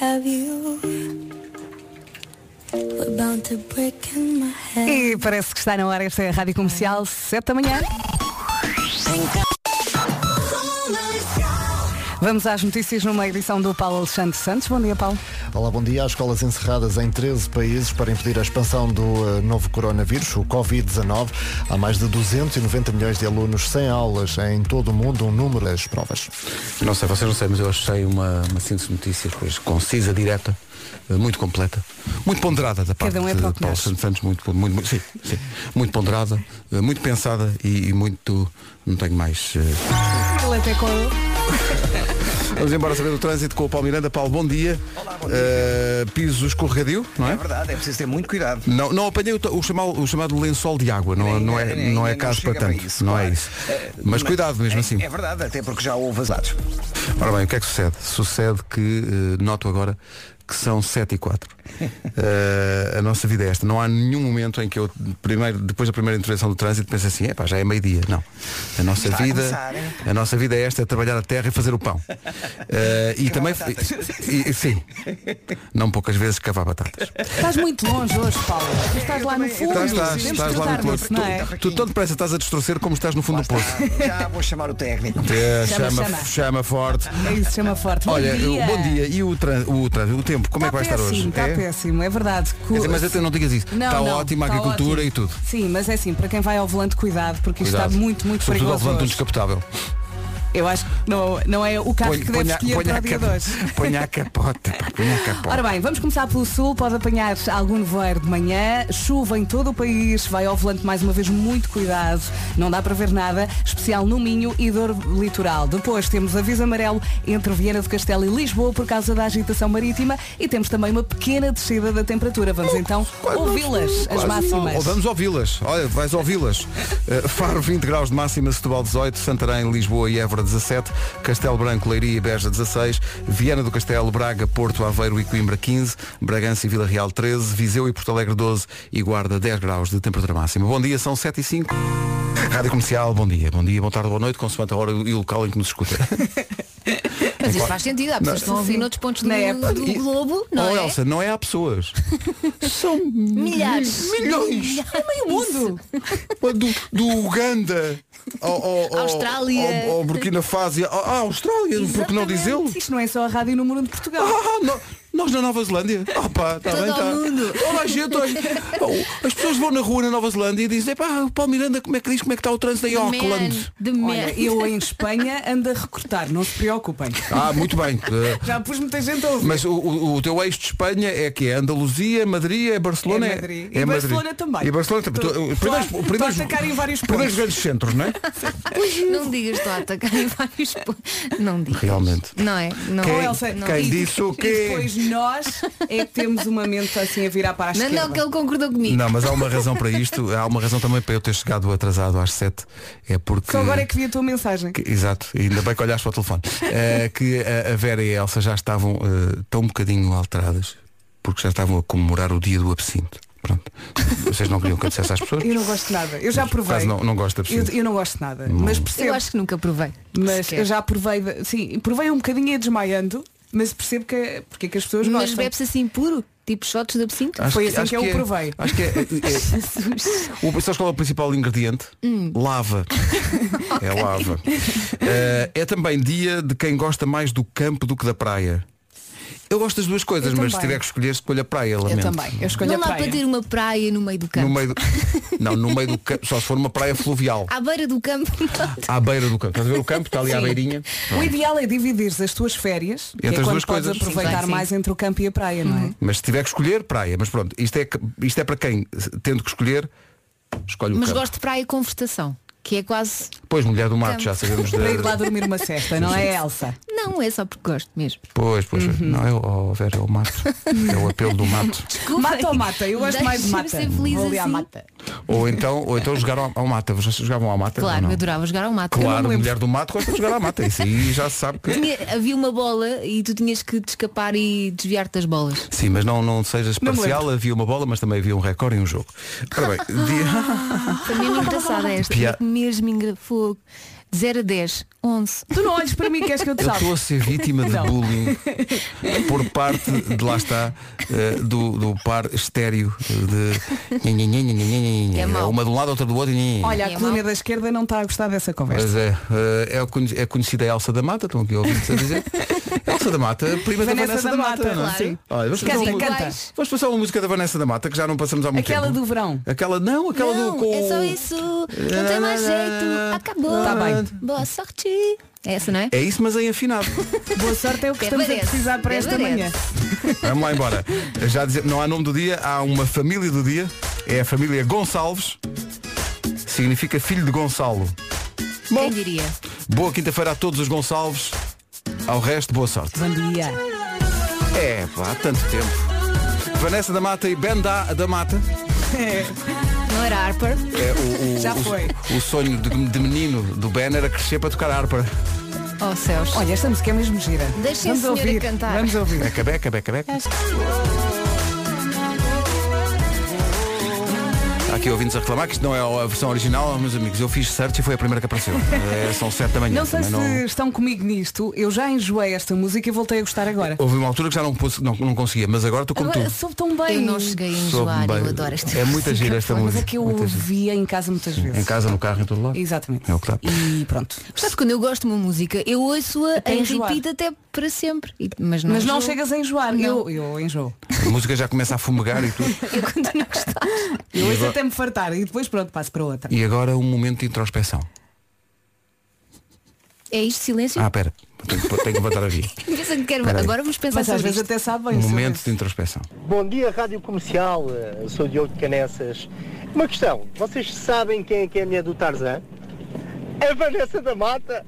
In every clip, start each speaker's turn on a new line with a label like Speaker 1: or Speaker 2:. Speaker 1: love you. We're bound to break in my head.
Speaker 2: E parece que está na hora esta é a Rádio Comercial 7 da manhã. Vamos às notícias numa edição do Paulo Alexandre Santos. Bom dia, Paulo.
Speaker 3: Olá, bom dia. Há escolas encerradas em 13 países para impedir a expansão do eh, novo coronavírus, o Covid-19. Há mais de 290 milhões de alunos sem aulas em todo o mundo, um número das provas.
Speaker 4: Não sei, vocês não sei, mas eu achei uma, uma síntese de notícias pois, concisa, direta, eh, muito completa, muito ponderada da parte
Speaker 2: Cada um é
Speaker 4: de
Speaker 2: para o que
Speaker 4: Paulo
Speaker 2: nasce.
Speaker 4: Santos Santos, muito, muito, muito- sim, sim, muito ponderada, eh, muito pensada e, e muito. Não tenho mais. eh.
Speaker 2: Ele até com
Speaker 4: Vamos embora saber do trânsito com o Paulo Miranda. Paulo, bom dia.
Speaker 5: Olá, bom dia.
Speaker 4: Eh, piso escorregadio, não
Speaker 5: É
Speaker 4: é?
Speaker 5: verdade, é preciso ter muito cuidado.
Speaker 4: Não, não apanhei o, to- o chamado, o chamado lençol de água, não,
Speaker 5: Ainda-
Speaker 4: não é,
Speaker 5: ainda-
Speaker 4: não é
Speaker 5: ainda
Speaker 4: caso para
Speaker 5: chega
Speaker 4: tanto.
Speaker 5: isso,
Speaker 4: não é
Speaker 5: claro.
Speaker 4: isso.
Speaker 5: Eh,
Speaker 4: Mas cuidado mesmo
Speaker 5: é-
Speaker 4: assim.
Speaker 5: É verdade, até porque já houve vazados.
Speaker 4: Ora bem, o que é que sucede? Sucede que, eh, noto agora, que são 7 e 4. Eh, a nossa vida é esta. Não há nenhum momento em que eu, primeiro, depois da primeira intervenção do trânsito, pense assim, epá, já é meio-dia. Não. A nossa
Speaker 5: Está a
Speaker 4: vida.
Speaker 5: começar, hein?
Speaker 4: A nossa vida é esta, é trabalhar a terra e fazer o pão. Eh, e também. e- e- sim. Não poucas vezes cavar batatas.
Speaker 2: Estás muito longe hoje, Paulo. Tu estás lá no fundo.
Speaker 4: Estás, estás,
Speaker 2: Temos
Speaker 4: estás
Speaker 2: que
Speaker 4: lá no
Speaker 2: tratar
Speaker 4: poço.
Speaker 2: disso, não é?
Speaker 4: Tu, tu tão depressa estás a distorcer como estás no fundo do poço.
Speaker 5: Já vou chamar o técnico.
Speaker 4: Eh,
Speaker 2: Chama, chama.
Speaker 4: chama, chama forte.
Speaker 2: É isso, chama forte. Bom dia.
Speaker 4: Olha,
Speaker 2: Tá assim,
Speaker 4: eu- bom dia. E o trânsito, o, tran- o tempo, como é que vai
Speaker 2: Está
Speaker 4: estar hoje?
Speaker 2: péssimo, Está
Speaker 4: É?
Speaker 2: péssimo, é verdade.
Speaker 4: Quer dizer, Mas até não digas isso.
Speaker 2: Não,
Speaker 4: está
Speaker 2: não,
Speaker 4: ótima a
Speaker 2: está
Speaker 4: agricultura
Speaker 2: ótimo.
Speaker 4: e tudo.
Speaker 2: Sim, mas é assim, para quem vai ao volante, cuidado, porque isto está
Speaker 4: Cuidado.
Speaker 2: muito, muito
Speaker 4: Sobretudo ao
Speaker 2: perigoso.
Speaker 4: volante de um
Speaker 2: hoje.
Speaker 4: descapotável.
Speaker 2: Eu acho que não, não é o carro que deve
Speaker 4: a-
Speaker 2: escolher para o dia
Speaker 4: a
Speaker 2: de
Speaker 4: cap-
Speaker 2: hoje.
Speaker 4: ponha a capota, pá, ponha a capota.
Speaker 2: Ora bem, vamos começar pelo sul, pode apanhar algum nevoeiro de manhã, chuva em todo o país, vai ao volante mais uma vez muito cuidado, não dá para ver nada, especial no Minho e dor litoral. Depois temos aviso amarelo entre Viena do Castelo e Lisboa por causa da agitação marítima e temos também uma pequena descida da temperatura. Vamos então ouvi-las, as
Speaker 4: Quase. Ou
Speaker 2: máximas.
Speaker 4: vamos ouvi-las. Olha, vais ouvi-las. Uh, Faro 20 graus de máxima, Setúbal 18, Santarém, Lisboa e Évora 17, Castelo Branco, Leiria e Beja 16, Viana do Castelo, Braga, Porto, Aveiro e Coimbra 15, Bragança e Vila Real 13, Viseu e Porto Alegre 12 e Guarda 10 graus de temperatura máxima. Bom dia, são 7 e 5. Rádio Comercial, bom dia, bom dia, boa tarde, boa noite, consoante a hora e o local em que nos escuta.
Speaker 6: Mas isto faz sentido,
Speaker 4: é?
Speaker 6: há pessoas que estão a ouvir noutros pontos do,
Speaker 2: Na época.
Speaker 6: do globo, não
Speaker 4: oh
Speaker 6: é?
Speaker 4: Elsa, não é há pessoas. São
Speaker 6: Milhares.
Speaker 4: milhões.
Speaker 2: Meio mundo!
Speaker 4: Do, do Uganda ao, ao- ao-
Speaker 6: Austrália.
Speaker 4: ao, ao Burkina Faso, ao- à Austrália, por que não dizê-lo?
Speaker 2: Isto não é só a rádio número 1 de Portugal.
Speaker 4: Ah, no- nós na Nova Zelândia. Ah pá, está
Speaker 6: Todo
Speaker 4: bem,
Speaker 6: ao
Speaker 4: está.
Speaker 6: mundo.
Speaker 4: Toda a gente, toda a gente. Oh, as pessoas vão na rua na Nova Zelândia e dizem, pá, o Paulo Miranda, como é que diz, como é que está o trânsito em
Speaker 6: The
Speaker 4: Auckland?
Speaker 6: Man, the
Speaker 2: Olha,
Speaker 6: man.
Speaker 2: eu em Espanha ando a recrutar, não se preocupem.
Speaker 4: Ah, muito bem. Eh,
Speaker 2: Já pus muita gente a ouvir.
Speaker 4: Mas o, o- o teu eixo de Espanha é que é Andaluzia, Madrid, é Barcelona.
Speaker 2: É Madrid. E Barcelona também.
Speaker 4: E Barcelona também.
Speaker 2: Tô-
Speaker 4: Tu- eh,
Speaker 2: tô a-
Speaker 4: Primeiros, primeiros,
Speaker 2: tô a atacar em vários pontos.
Speaker 4: primeiros grandes centros, não é?
Speaker 6: Não digas, estou a atacar em vários pontos. Não digas.
Speaker 4: Realmente.
Speaker 6: Não é? Não
Speaker 2: Oh,
Speaker 4: Quem-
Speaker 2: Elsa,
Speaker 6: não.
Speaker 4: quem
Speaker 2: e-
Speaker 4: disse o quê?
Speaker 2: E depois nós é que temos uma mente assim a virar para a
Speaker 6: Não,
Speaker 2: esquerda.
Speaker 6: não, que ele concordou comigo.
Speaker 4: Não, mas há uma razão para isto, há uma razão também para eu ter chegado atrasado às 7. É porque.
Speaker 2: Só agora é que vi a tua mensagem.
Speaker 4: que- Exato, e ainda bem que olhaste para o telefone. Eh, que a, a Vera e a Elsa já estavam eh, tão um bocadinho alteradas, porque já estavam a comemorar o dia do absinto. Pronto. Vocês não queriam que eu dissesse às pessoas?
Speaker 2: Eu não gosto de nada. Eu já
Speaker 4: Por
Speaker 2: provei.
Speaker 4: acaso não- não gosto de
Speaker 2: eu,
Speaker 4: absinto.
Speaker 2: eu não gosto de nada. Mas percebo.
Speaker 6: Eu acho que nunca provei.
Speaker 2: Mas
Speaker 6: sequer.
Speaker 2: eu já provei. de- Sim, provei um bocadinho e desmaiando, mas percebo que, porque é que as pessoas
Speaker 6: Mas
Speaker 2: gostam.
Speaker 6: bebe-se assim puro? Tipo shots de absinto?
Speaker 4: Acho
Speaker 2: Foi assim
Speaker 4: acho
Speaker 2: que eu o provei.
Speaker 4: Acho que é. é- é- o, sabes qual é o principal ingrediente?
Speaker 2: Hum.
Speaker 4: Lava. É lava. Eh, é também dia de quem gosta mais do campo do que da praia. Eu gosto das duas coisas,
Speaker 2: Eu
Speaker 4: mas se
Speaker 2: também.
Speaker 4: tiver que escolher, escolho a praia,
Speaker 2: Eu
Speaker 4: lamento.
Speaker 2: também. Eu escolho
Speaker 6: Não
Speaker 2: a
Speaker 6: dá
Speaker 2: praia.
Speaker 6: para ter uma praia no meio do campo.
Speaker 4: No meio do... Não, no meio do campo, só se for uma praia fluvial.
Speaker 6: À beira do campo. não.
Speaker 2: Ah.
Speaker 4: À beira do campo. Estás a ver o campo? Está ali à
Speaker 6: Sim.
Speaker 4: beirinha.
Speaker 2: O ideal é dividir as tuas férias, que é
Speaker 4: Entre as
Speaker 2: quando
Speaker 4: duas
Speaker 2: podes
Speaker 4: coisas.
Speaker 2: aproveitar
Speaker 6: Sim, sim.
Speaker 2: mais entre o campo e a praia, não é?
Speaker 4: Mas se tiver que escolher, praia. Mas pronto, isto é, que- isto é para quem, tendo que escolher, escolhe o
Speaker 6: Mas
Speaker 4: campo.
Speaker 6: gosto de praia com vegetação. Que é quase.
Speaker 4: Pois, mulher do mato,
Speaker 6: Campo.
Speaker 4: já sabemos
Speaker 2: Para ir
Speaker 4: da-
Speaker 2: lá dormir uma cesta, não é, Elsa?
Speaker 6: Não, é só porque gosto mesmo.
Speaker 4: Pois, pois,
Speaker 2: Uhum.
Speaker 4: não é o, oh, Vera, é o mato. É o apelo do mato.
Speaker 2: Mata ou mata? Eu gosto mais de
Speaker 6: Deixa-me
Speaker 2: mata.
Speaker 6: ser feliz
Speaker 2: Vou ali à
Speaker 6: assim.
Speaker 2: mata.
Speaker 4: Ou então, ou então jogaram ao mata. Vocês jogavam ao mata?
Speaker 6: Claro,
Speaker 4: ou não?
Speaker 6: eu adorava jogar ao mato. Eu
Speaker 4: Claro,
Speaker 6: não me lembro.
Speaker 4: mulher do mato gosta de jogar ao mata. Isso aí já se sabe que.
Speaker 6: Tinha- havia uma bola e tu tinhas que te escapar e desviar-te das bolas.
Speaker 4: Sim, mas não, não sejas
Speaker 2: Não me
Speaker 4: parcial, havia uma bola, mas também havia um recorde e um jogo. Ora bem, dia...
Speaker 2: Ah.
Speaker 6: Foi mesmo engraçada esta.
Speaker 4: Pia-
Speaker 6: Mesmo engraçado. 0 a 10, 11.
Speaker 2: Tu não olhes para mim, queres que eu te
Speaker 4: eu
Speaker 2: salve?
Speaker 4: estou a ser vítima de
Speaker 2: Não.
Speaker 4: bullying pôr parte de lá está eh, do, do par estéreo eh, de
Speaker 6: É mau.
Speaker 4: uma de um lado, outra do outro.
Speaker 2: Olha,
Speaker 6: É
Speaker 2: a coluna
Speaker 6: mau.
Speaker 2: da esquerda não está a gostar dessa conversa.
Speaker 4: Mas é, eh, é, o conhe- é conhecida a Elsa da Mata, estão aqui ouvindo-se a dizer. Elsa da Mata, prima da
Speaker 2: Vanessa
Speaker 4: Vanessa
Speaker 2: da
Speaker 4: da Mata,
Speaker 2: Mata,
Speaker 4: não é?
Speaker 6: claro. Sim.
Speaker 4: Olha, vamos,
Speaker 6: Canta,
Speaker 4: passar uma,
Speaker 6: canta.
Speaker 4: vamos passar uma música da Vanessa da Mata, que já não passamos há muito
Speaker 2: Aquela
Speaker 4: tempo.
Speaker 2: do verão.
Speaker 4: Aquela, não, aquela do...
Speaker 6: Não,
Speaker 4: com-
Speaker 6: é só isso. Não tem mais jeito. Acabou.
Speaker 2: Tá bem.
Speaker 6: Boa sorte. É essa, não é?
Speaker 4: É isso, mas em afinado.
Speaker 2: Boa sorte é o que
Speaker 6: Até
Speaker 2: estamos a
Speaker 6: parece.
Speaker 2: precisar para
Speaker 6: Até
Speaker 2: esta
Speaker 6: parece.
Speaker 2: manhã.
Speaker 4: Vamos lá embora. Já dizer, não há nome do dia, há uma família do dia. É a família Gonçalves. Significa filho de Gonçalo.
Speaker 6: Quem diria?
Speaker 4: Boa quinta-feira a todos os Gonçalves. Ao resto, boa sorte.
Speaker 2: Bom dia.
Speaker 4: É, pá, há tanto tempo. Vanessa da Mata e Ben da, da Mata.
Speaker 6: Não era Harper.
Speaker 4: É o, o-
Speaker 2: Já foi.
Speaker 4: O, o sonho de, de menino do Ben era crescer para tocar harpa.
Speaker 6: Oh céus.
Speaker 2: Olha, esta música é mesmo gira.
Speaker 6: Deixem a
Speaker 2: Vamos
Speaker 6: senhora
Speaker 2: ouvir.
Speaker 6: cantar.
Speaker 2: Vamos ouvir.
Speaker 4: Beca, beca, beca, beca.
Speaker 2: É
Speaker 4: Há aqui ouvintes a reclamar que isto não é a versão original, meus amigos. Eu fiz search e foi a primeira que apareceu. É, são sete da manhã.
Speaker 2: Não sei se
Speaker 4: também
Speaker 2: estão comigo nisto. Eu já enjoei esta música e voltei a gostar agora.
Speaker 4: Houve uma altura que já não, pôs- não, não conseguia, mas agora estou como
Speaker 2: Agora
Speaker 4: tu.
Speaker 2: soube tão bem.
Speaker 6: Eu não cheguei a enjoar.
Speaker 4: Soube-me
Speaker 6: Eu
Speaker 4: bem.
Speaker 6: adoro esta
Speaker 4: É muita
Speaker 6: música.
Speaker 4: gira esta
Speaker 2: Mas
Speaker 4: música.
Speaker 2: é que eu
Speaker 4: muita gira.
Speaker 2: ouvia em casa muitas vezes.
Speaker 4: Em casa, no carro, em todo lado.
Speaker 2: Exatamente.
Speaker 4: É o que dá.
Speaker 2: E pronto.
Speaker 6: Sabe quando eu gosto de uma música, eu ouço-a
Speaker 2: Até
Speaker 6: em
Speaker 2: enjoar.
Speaker 6: repeat até para sempre. E- Mas não,
Speaker 2: Mas não
Speaker 6: enjoo.
Speaker 2: chegas a enjoar.
Speaker 6: Não.
Speaker 2: Eu, eu enjoo.
Speaker 4: A música já começa a fumegar e tudo.
Speaker 6: Eu continuo a gostar.
Speaker 2: Eu ouço até me fartar e depois pronto, passo para outra.
Speaker 4: E agora um momento de introspeção.
Speaker 6: É isto, silêncio?
Speaker 4: Ah, pera. Tenho, que- tenho que botar a vir.
Speaker 6: Pensa que quero-
Speaker 4: Espera aí.
Speaker 6: Agora vamos pensar
Speaker 2: Mas às
Speaker 6: sobre
Speaker 2: vezes
Speaker 6: isto.
Speaker 2: até sabe bem.
Speaker 4: Um
Speaker 2: sabe?
Speaker 4: momento de introspeção.
Speaker 7: Bom dia, Rádio Comercial. Eu sou Diogo de Canessas. Uma questão. Vocês sabem quem é que é a mulher do Tarzan? É Vanessa da Mata.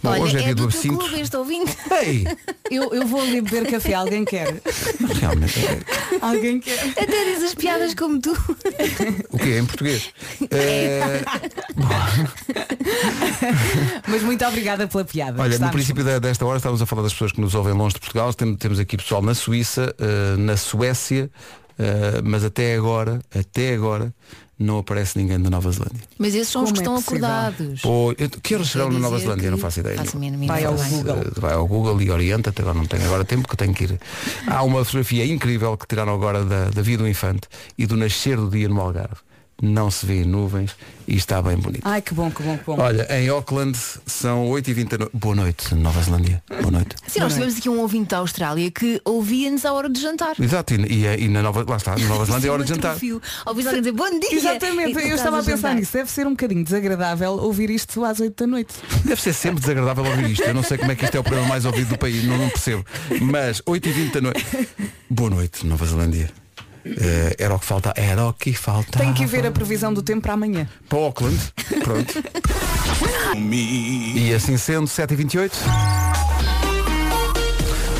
Speaker 4: Bom,
Speaker 6: Olha,
Speaker 4: hoje é,
Speaker 6: é,
Speaker 4: dia
Speaker 6: do
Speaker 4: do
Speaker 6: teu
Speaker 4: absinto.
Speaker 6: clube este ouvinte.
Speaker 4: Ei!
Speaker 2: Eu, eu vou ali beber café, alguém quer?
Speaker 4: Realmente. é-
Speaker 2: Alguém quer?
Speaker 6: Até diz as piadas como tu.
Speaker 4: O que é em português? Eh,
Speaker 2: Mas muito obrigada pela piada.
Speaker 4: olha, no
Speaker 2: Gostámos.
Speaker 4: princípio da- desta hora estávamos a falar das pessoas que nos ouvem longe de Portugal. Tem- Temos aqui pessoal na Suíça, eh, na Suécia, eh, mas até agora, até agora, não aparece ninguém da Nova Zelândia.
Speaker 6: Mas esses são os
Speaker 2: Como
Speaker 6: que
Speaker 2: é
Speaker 6: estão
Speaker 2: possível?
Speaker 6: acordados.
Speaker 4: Ou, eu, que horas serão
Speaker 6: Quer
Speaker 4: na Nova
Speaker 6: dizer
Speaker 4: Zelândia?
Speaker 6: que
Speaker 4: Não faço ideia.
Speaker 6: faço a
Speaker 4: nenhuma.
Speaker 6: mínima
Speaker 2: Vai ao
Speaker 6: ideia.
Speaker 2: Google.
Speaker 4: Eh, Vai ao Google e orienta-te, agora não tenho agora tempo que eu tenho que ir. Há uma fotografia incrível que tiraram agora da, da vida do infante e do nascer do dia no Algarve. Não se vê nuvens e está bem
Speaker 6: Ah,
Speaker 4: bonito.
Speaker 2: Ai, que bom, que bom, que bom.
Speaker 4: Olha, em Auckland são 8h29. Boa noite, Nova Zelândia. Boa noite.
Speaker 6: Sim, nós
Speaker 2: é.
Speaker 6: tivemos aqui um ouvinte da Austrália que ouvia-nos à hora de jantar.
Speaker 4: Exato, e, e- e na Nova, lá está, na
Speaker 6: Assim
Speaker 4: Nova Zelândia é hora de jantar.
Speaker 6: Ouviste alguém dizer bom dia. e
Speaker 2: Exatamente,
Speaker 6: tu
Speaker 2: eu
Speaker 6: estás
Speaker 2: estava a
Speaker 6: jantar.
Speaker 2: pensar nisso. Deve ser um bocadinho desagradável ouvir isto às 8 da noite.
Speaker 4: Deve ser sempre desagradável ouvir isto. Eu não sei como é que este é o programa mais ouvido do país, não, não percebo. Mas 8h20 da noite. Boa noite, Nova Zelândia. Eh, era o que falta. Era o que falta.
Speaker 2: Tenho que ver a previsão do tempo para amanhã.
Speaker 4: Para Auckland. tá. Pronto. e assim sendo, 7h28.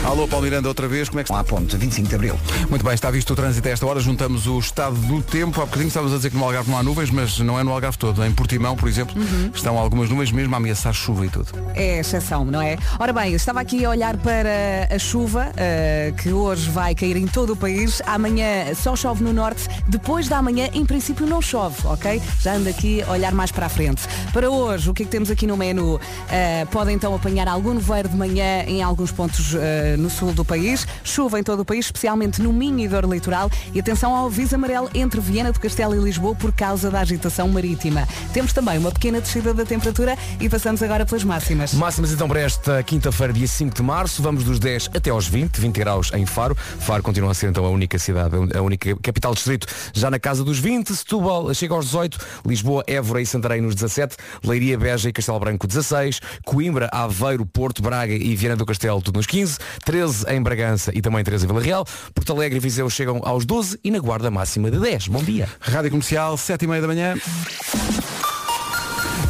Speaker 4: Alô, Paulo Miranda, outra vez, como é que está?
Speaker 5: Lá ponto, 25 de Abril.
Speaker 4: Muito bem, está visto o trânsito a esta hora, juntamos o estado do tempo. Há bocadinho estávamos a dizer que no Algarve não há nuvens, mas não é no Algarve todo. Em Portimão, por exemplo,
Speaker 2: Uhum.
Speaker 4: estão algumas nuvens mesmo a ameaçar chuva e tudo.
Speaker 2: É exceção, não é? Ora bem, eu estava aqui a olhar para a chuva eh, que hoje vai cair em todo o país. Amanhã só chove no norte, depois da manhã em princípio não chove, ok? Já ando aqui a olhar mais para a frente. Para hoje, o que é que temos aqui no menu? Eh, podem então apanhar algum nevoeiro de manhã em alguns pontos eh, no sul do país. Chuva em todo o país, especialmente no Minho e Douro Litoral. E atenção ao aviso amarelo entre Viena do Castelo e Lisboa por causa da agitação marítima. Temos também uma pequena descida da temperatura e passamos agora pelas máximas.
Speaker 8: Máximas então para esta quinta-feira, dia 5 de março, vamos dos 10 até aos 20, 20 graus em Faro. Faro continua a ser então a única cidade, a única capital distrito já na casa dos 20, Setúbal chega aos 18, Lisboa, Évora e Santarém nos 17, Leiria, Beja e Castelo Branco 16, Coimbra, Aveiro, Porto, Braga e Viana do Castelo tudo nos 15, 13 em Bragança e também 13 em Vila Real, Porto Alegre e Viseu chegam aos 12 e na guarda máxima de 10. Bom dia.
Speaker 4: Rádio Comercial, 7h30 da manhã.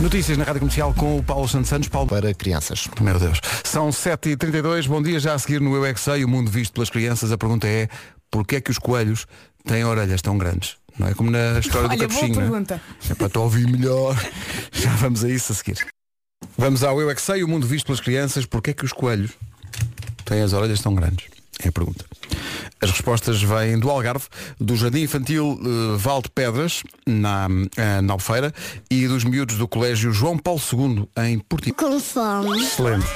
Speaker 4: Notícias na Rádio Comercial com o Paulo Santos Santos. Paulo,
Speaker 3: Para crianças.
Speaker 4: meu Deus. São 7h32, bom dia, já a seguir no Eu é Que Sei, o mundo visto pelas crianças. A pergunta é, porquê é que os coelhos têm orelhas tão grandes? Não é como na história do
Speaker 2: Olha, boa
Speaker 4: capuchinho. não é?
Speaker 2: pergunta.
Speaker 4: É para te ouvir melhor. Já vamos a isso a seguir. Vamos ao Eu É Que Sei, o mundo visto pelas crianças. Porquê é que os coelhos têm as orelhas tão grandes? É a pergunta. As respostas vêm do Algarve, do Jardim Infantil eh, Val de Pedras, na, eh, na Albufeira, e dos miúdos do Colégio João Paulo II, em Portimão.
Speaker 1: Com fome.
Speaker 4: Excelente.